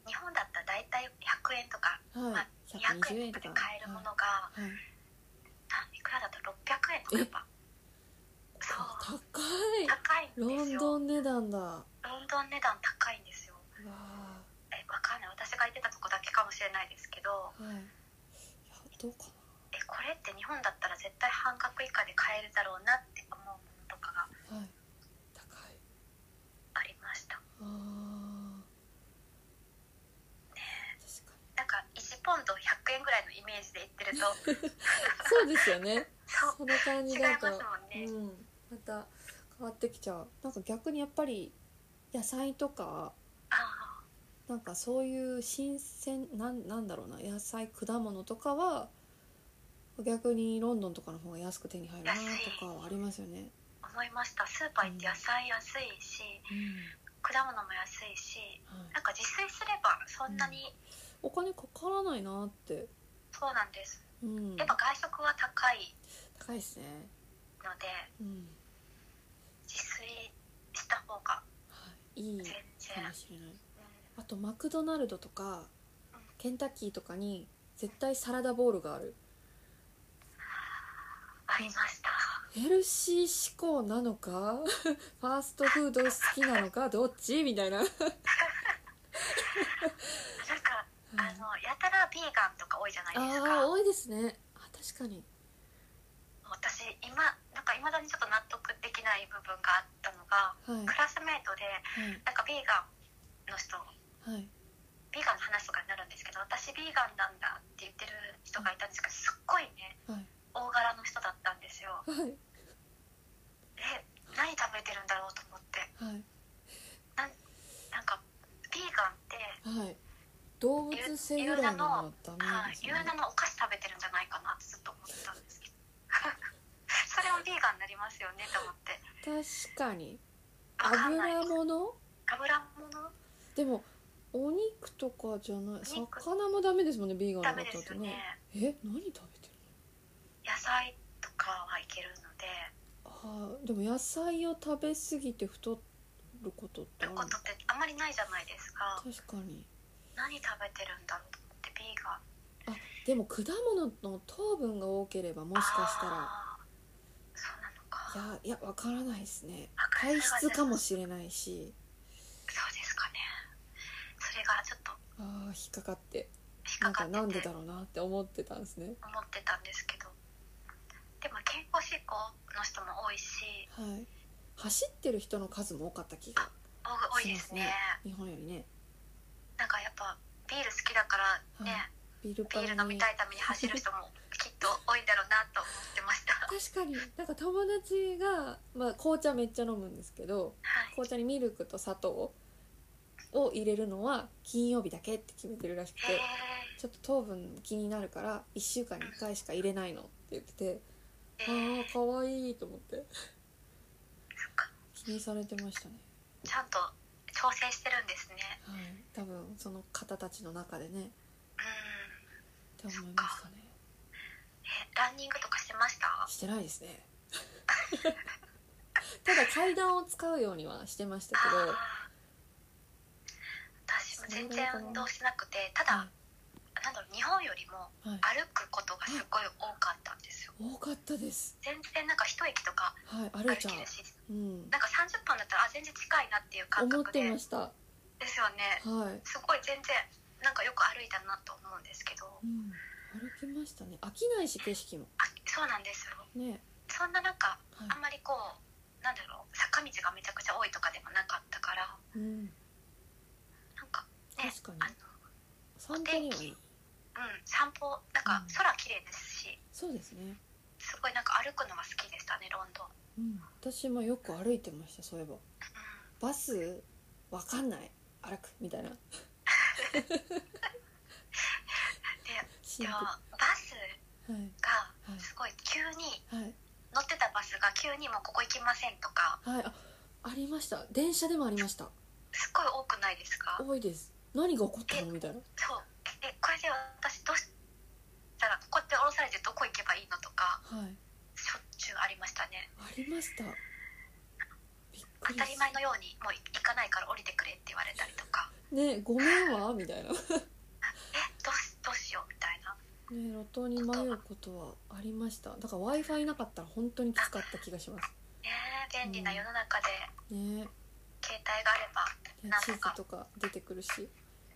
B: 日本だったら大体100円とか、ま
A: は
B: あ、
A: い120
B: 200円
A: 円
B: と
A: と
B: か
A: か
B: で買えるものが、
A: はい、はい、
B: い、くらだったら600円とかやっぱそう
A: 高い
B: 高い
A: ロ
B: んです
A: ン
B: よ
A: ドン値段だわ
B: ロンドン値段高いんですよ
A: あ
B: えわかんない私が行ってたとこだけかもしれないですけ
A: は
B: ど
A: いいやどうか
B: えこれって日本だったら絶対半額以下で買えるだろうなって思うものとかが
A: なはい高い
B: ありました
A: ああ確か
B: なんか1ポンド100円ぐらいのイメージで行ってると
A: にそうですよね
B: そう
A: そんな感じ
B: 違い
A: だ
B: ま
A: と
B: すもんね、
A: うんまた変わってきちゃうなんか逆にやっぱり野菜とか
B: あ
A: なんかそういう新鮮なんなんだろうな野菜果物とかは逆にロンドンとかの方が安く手に入るなとかはありますよね。
B: あ思いましたスーパー行って野菜安いし
A: うん
B: 果物も安いし
A: はい、
B: なんか自炊すればそんなに、
A: お金かからないなって、
B: そうなんです
A: うん
B: やっ、ぱ外食は高い
A: 高いですね、
B: ので
A: うん
B: 自炊した方が
A: はい、いい
B: 全
A: か
B: 然、
A: もしれない
B: うん
A: あとマクドナルドとか
B: うん
A: ケンタッキーとかに絶対サラダボウルがある
B: ありました。
A: ヘルシー志向なのか ファーストフード好きなのかどっちみたいな、はい
B: なんか、あの、やたらビーガンとか多いじゃないです
A: ああ
B: か。
A: 多いですねあ確かに
B: 私、今、なんか、未だにちょっと納得できない部分があったの
A: は
B: が、
A: い
B: クラスメートで、なんか、ビーガンの人、
A: はいはい
B: ビーガンの話とかになるんですけど、私、ビーガンなんだって言ってる人がいたんですけど、すっごいね、
A: はい
B: 大柄の人だったんですよ。
A: はい
B: え、何食べてるんだろうと思って。
A: はい
B: なんか、ビーガンっ
A: は
B: て、
A: い動物性由来のものはダメ
B: あ
A: です
B: 有
A: よね
B: 名なお菓子食べてるんじゃないかなってずっと思ってたんですけど それはビーガンになりますよねと思って
A: 確かに
B: わかんない
A: 油物
B: 油物
A: でもお肉とかじゃない
B: お肉
A: 魚もダメですもんねビーガン
B: ダ
A: の
B: メで
A: 方っ
B: す
A: て
B: よね
A: ねえ何食べてる
B: 野菜とかはいけるので
A: のあーでも野菜を食べ過ぎて太ることってある
B: という
A: の
B: ことってあんまりないじゃないですか
A: 確かに
B: 何食べてるんだろうと思ってビーガン
A: でも果物の糖分が多ければもしかしたら
B: あーそうなのか
A: いやいやわからないですね
B: わからない
A: 体質かもしれないし
B: そうですかねそれがちょっと
A: あー引っかかって
B: 引
A: な
B: っ
A: ん
B: かか
A: か
B: ってて
A: なんでだろうなって思ってたんですね
B: 思ってたんですけどでも健康志向の人も多いし
A: はい走ってる人の数も多かった気が
B: 多多いで
A: し
B: す
A: ま
B: ね
A: 日本よりね
B: なんかやっぱビール好きだからね、
A: はビールパ
B: ビール飲
A: ン
B: み
A: に
B: たいために走る人もきっと多いんだろうなと思ってました。は
A: 確かになんか友達が、まあ、紅茶めっちゃ飲むんですけど
B: い。
A: 紅茶にミルクと砂糖を入れるのは金曜日だけって決めてるらしくて
B: へえ。
A: ちょっと糖分気になるから1週間に1回しか入れないのって言ってて
B: え
A: あ
B: ー
A: あかわいいと思って
B: そっか
A: 気にされてましたね、
B: ちゃんと調整してるんですね。
A: はい、多分その方たちの中でね
B: うん。
A: って思いましたね
B: えランニングとかしてました。あ
A: してないですね ただ階段を使うようにはしてましたけど
B: あー。私も全然運動しなくて、ただ
A: は
B: なんだろう日本よりも
A: はい、
B: 歩くことがすごい多かったんですよ
A: 多かったです
B: 全然なんか一駅とか
A: はい歩
B: 歩
A: いち
B: け
A: ゃ
B: るし
A: う、うん、
B: なんか30分だったらあ全然近いなっていう感
A: 思っ
B: 覚で
A: てましたは
B: ですよね
A: い、
B: すごい全然なんかよく歩いたなと思うんですけど
A: うん、歩きましたね飽きないし景色も
B: あそうなんですよ
A: ね
B: そんななんか
A: はい
B: あんまりこうなんだろう坂道がめちゃくちゃ多いとかでもなかったから
A: うん
B: なんかね
A: 確かに
B: あの
A: 散歩にはいい
B: うん散歩なん
A: う
B: か
A: ん
B: 空綺麗ですし
A: そうですね
B: すごいなんか歩くのが好きでしたねロンドン、
A: うん私もよく歩いてましたそういえば
B: う、
A: バスわかんない歩くみたいなん
B: で
A: シン
B: で
A: プ
B: もバス
A: ルはい
B: が
A: はい
B: すごい急に
A: はい
B: 乗ってたバスが急にもうここ行きませんとか
A: はいあありました電車でもありました
B: すっごい多くないですか
A: 多いです何が起こったのみたいな
B: そうえこれで私どうしたらここって降ろされてどこ行けばいいのとか
A: はい
B: しょっちゅうありましたね
A: ありましたびっく
B: 当
A: り
B: た
A: し
B: り前のようにもう行かないから降りてくれって言われたりとか
A: ねごめんわみたいな
B: えどうしどうしようみたいな
A: ね路頭に迷うことはありましただから w i f i なかったら本当に使った気がします
B: ねえ便利な世の中で
A: ね
B: 携帯があれば
A: いや
B: なん
A: 地
B: と
A: 図
B: か
A: とか出てくるし本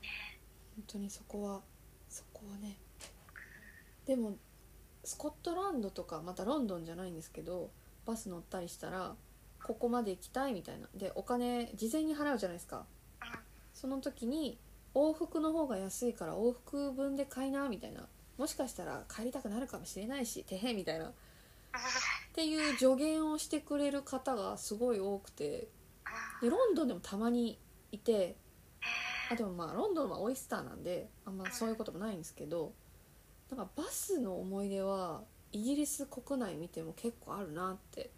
B: ね
A: 当にそこはそこをねでもスコットランドとかまたロンドンじゃないんですけどバス乗ったりしたらここまで行きたいみたいなでお金事前に払うじゃないですか
B: うん
A: その時に往復の方が安いから往復分で買いなみたいなもしかしたら帰りたくなるかもしれないしてへみたいなっていう助言をしてくれる方がすごい多くてでロンドンでもたまにいてあでもまあロンドンはオイスターなんであんまそういうこともないんですけどなんかバスの思い出はイギリス国内見ても結構あるなって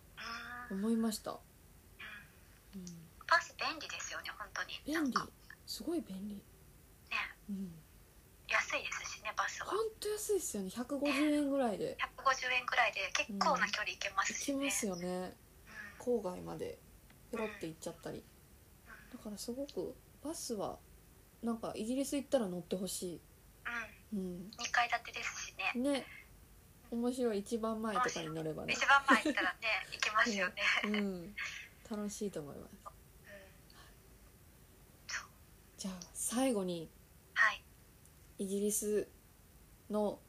B: うん
A: 思いました、うん、
B: バス便利ですよね本当に
A: 便利
B: なんか
A: すごい便利、
B: ね
A: うん、
B: 安いですしねバスは
A: ほんと安いですよね150円ぐらいで
B: 150円ぐらいで結構な距離行けます
A: 行き
B: し
A: ま
B: ね、
A: すよね
B: う
A: 郊外までペロって行っちゃったりだからすごくバスはなんかイギリス行ったら乗ってほし
B: んうん
A: い、うん、
B: 2階建てですしね
A: ね面白い一番前とかに乗ればね
B: 一、番前行ったら ね行きますよね、
A: うん、楽しいと思います
B: うんそう
A: じゃあ最後に
B: はい
A: イギリスの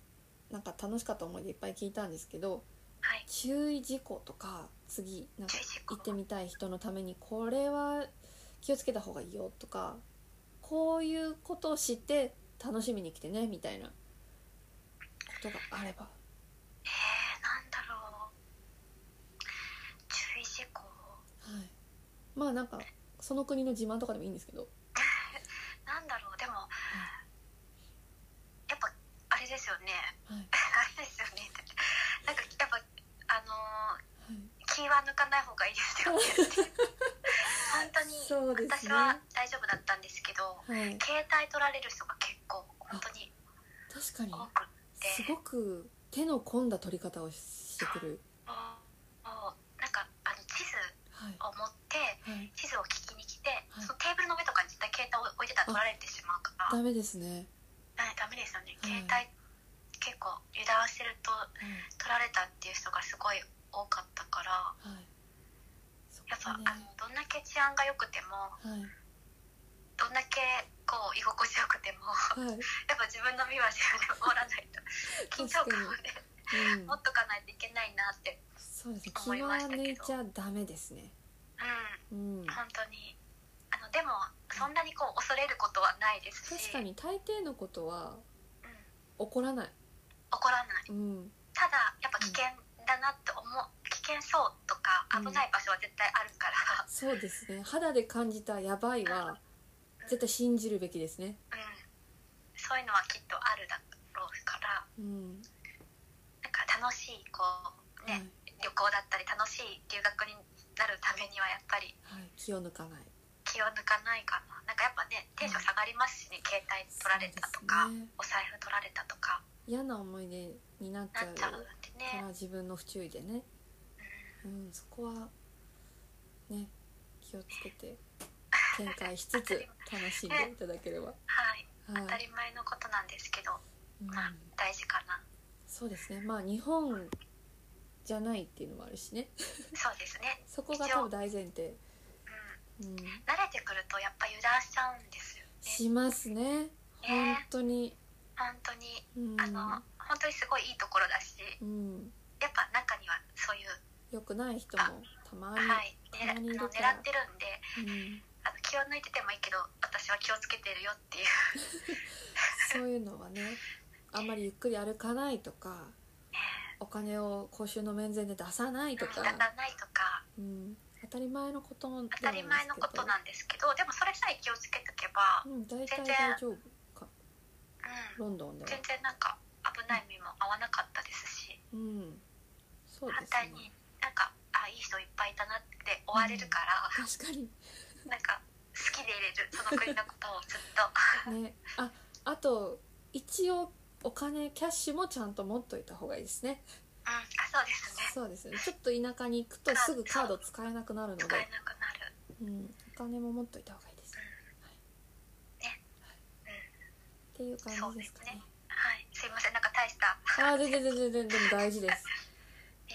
A: なんか楽しかった思い出いっぱい聞いたんですけど
B: はい
A: 注意事項とか次なんか
B: 注意事項
A: 行ってみたい人のためにこれは気をつけた方がいいよとかこういうことを知って楽しみに来てねみたいなことがあれば
B: えー、なんだろう注意事項
A: はい、まあなんかその国の自慢とかでもいいんですけど
B: なんだろうでも、やっぱあれですよね
A: はいはい
B: あれですよねってなんかやっぱあのー気は抜かない方がいいですよね 本当に
A: そうです
B: 私
A: ね
B: は大丈夫だったんですけど
A: はい
B: 携帯取られる人が結構本当に
A: 確かに
B: 多く
A: すごく手の込んだ取り方をしてくる
B: もうもうなんかあの地図
A: はい
B: を持って
A: はい
B: 地図を聞きに来て、
A: はい
B: そのテーブルの上とかに絶対携帯を置いてたら取られてしまうから
A: ダメですね
B: はいダメですよね
A: はい
B: 携帯結構油断してると
A: は
B: 取られたっていう人がすごい多かったから
A: いはいそ
B: やっぱ、
A: こね
B: あのどんだけ治安が良くても
A: はい
B: どんだけこう居心地よくても
A: はい
B: やっぱ自分の身は自分で守らない と緊張感をね
A: うん
B: 持っとかないといけないなって
A: そうですね気
B: 思い
A: は
B: ましたけど
A: 抜いちゃダメですね
B: う
A: うん
B: ん本当にあのでもそんなにこう恐れることはないですし
A: 確かに大抵のことは
B: うん、
A: 起こらない
B: 怒らない
A: うん
B: ただやっぱ危険だなって思う、危険そうとか
A: うん
B: 危ない場所は絶対あるから、
A: そうですね肌で感じたやばいは絶対信じるべきですね
B: うん、そういうのはきっとあるだろうから
A: うん
B: なんか楽しいこう
A: はい
B: ね、旅行だったり楽しい留学になるためにはやっぱり
A: はい気を抜かない
B: 気を抜かないかななんかやっぱねテンション下がりますしね、携帯取られたとか、
A: そうですね
B: お財布取られたとか
A: 嫌な思い出になっち
B: な
A: ゃ
B: っ
A: う
B: ちゃうん
A: か
B: で
A: ら
B: ね、
A: 自分の不注意でね、うん、そこはね気をつけて見解しつつ楽しんでいただければ
B: はい当たり前のことなんですけど、
A: うん
B: まあ大事かな
A: そうですねまあ日本じゃないっていうのもあるしね
B: そうですね、
A: そこが多分大前提、
B: うん、
A: うん、
B: 慣れてくるとやっぱ油断しちゃうんですよね
A: しますね本当に、
B: 本当に
A: うん
B: あの、本当にすごいいいところだし
A: うん、
B: やっぱ中にはそういう、
A: よくない人もたまに、
B: はい、ね、
A: たま
B: あの
A: にいる
B: 狙っ
A: から
B: てるんで
A: うん、
B: あの気を抜いててもいいけど私は気をつけてるよっていう
A: そういうのはねあんまりゆっくり歩かないとかお金を公衆の面前で出さないと
B: 仕
A: か
B: 方、ないとか
A: うん、当たり前のことなんです
B: 当たり前のことなんですけどでもそれさえ気をつけとけば、
A: け
B: う
A: ど、うん、大体
B: 全然
A: 大丈夫
B: ん、
A: ロンドンでは
B: 全然なんか危ない目も合わなかったですし
A: うんそう
B: 反
A: で
B: 対
A: すね
B: になんかあいい人いっぱいいたなって終われるから、
A: 確かに
B: なんか好きでいれるその国のことをずっ と
A: ねああと一応お金キャッシュもちゃんと持っといた方がいいですね
B: うんあそうですね
A: そうですねちょっと田舎に行くとすぐカード使えなくなるので
B: 使、えなくなる
A: うん、お金も持っといた方がいいですね
B: ね
A: はいはいっていう感じですかね
B: はいすいませんなんか大した
A: あー全然全然全然でも大事です
B: ね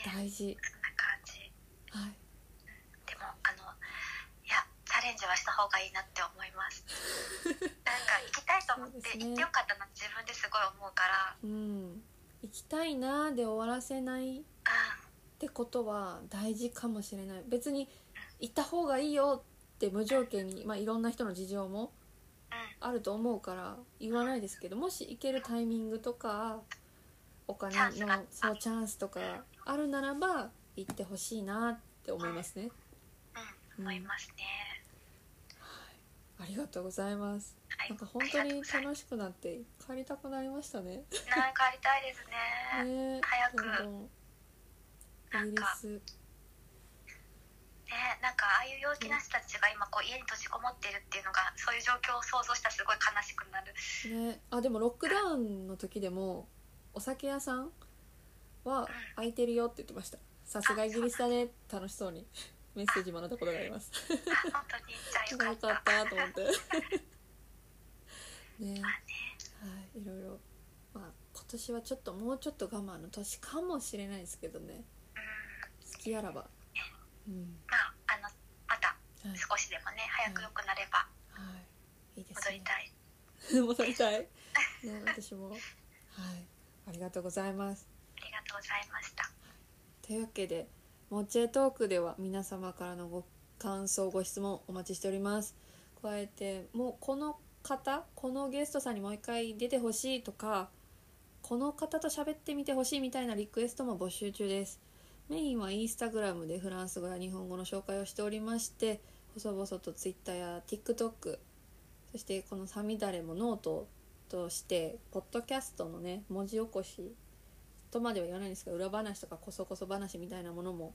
B: そんな
A: 大事
B: 感じ
A: はい
B: でもあのいやチャレンジはした方がいいなって思います なんか行きたいと思っ
A: そ
B: て、
A: うですね
B: 行ってよかったなって自分ですごい思うから
A: うん行きたいなーで終わらせない
B: う
A: っ
B: ん
A: てことは大事かもしれない別に行った方がいいよって無条件に、まあ、いろんな人の事情も
B: うん
A: あると思うから言わないですけどもし行けるタイミングとかお金の
B: チャンスが
A: そうチャンスとかあるならば行ってほしいなって思いますね、
B: うん思いますね、
A: はい、ありがとうございます
B: はい
A: なんか本当に楽しくなって帰りたくなりましたね
B: なんかありたいです
A: ね
B: ねね
A: え
B: 早く
A: どんどんイギリス
B: なんかああいう陽気な人たちが今こう家に閉じこもってるっていうのがそういう状況を想像したらすごい悲しく なる
A: ねあでもロックダウンの時でもお酒屋さんは空いてるよって言ってましたさすがイギリスだね楽しそうにメッセージもらったことがあります
B: あ本当にじゃあ
A: よ
B: よ
A: か
B: か
A: っ
B: った
A: たと思って ね
B: まあね
A: はいいろいろまあ今年はちょっともうちょっと我慢の年かもしれないですけどね
B: うん
A: 好きあらばうん
B: まああのまた
A: はい
B: 少しでもね早く良くなれば
A: はいいいです
B: 戻り
A: ね
B: た い、
A: 戻りたいね私もはいありがとうございます
B: ありがとうございました
A: というわけで「もっちえトーク」では皆様からのご感想ご質問お待ちしております加えてもうこの方このゲストさんにもう一回出てほしいとかこの方と喋ってみてほしいみたいなリクエストも募集中ですメインはインスタグラムでフランス語や日本語の紹介をしておりまして細々とツイッターや TikTok そしてこの「さみだれ」もノートとしてポッドキャストのね文字起こしとまでは言わないんですけど裏話とかこそこそ話みたいなものも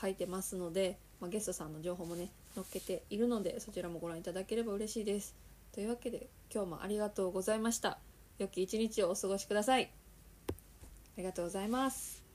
A: 書いてますので、まあ、ゲストさんの情報もね載っけているのでそちらもご覧いただければ嬉しいですというわけで今日もありがとうございました良き一日をお過ごしくださいありがとうございます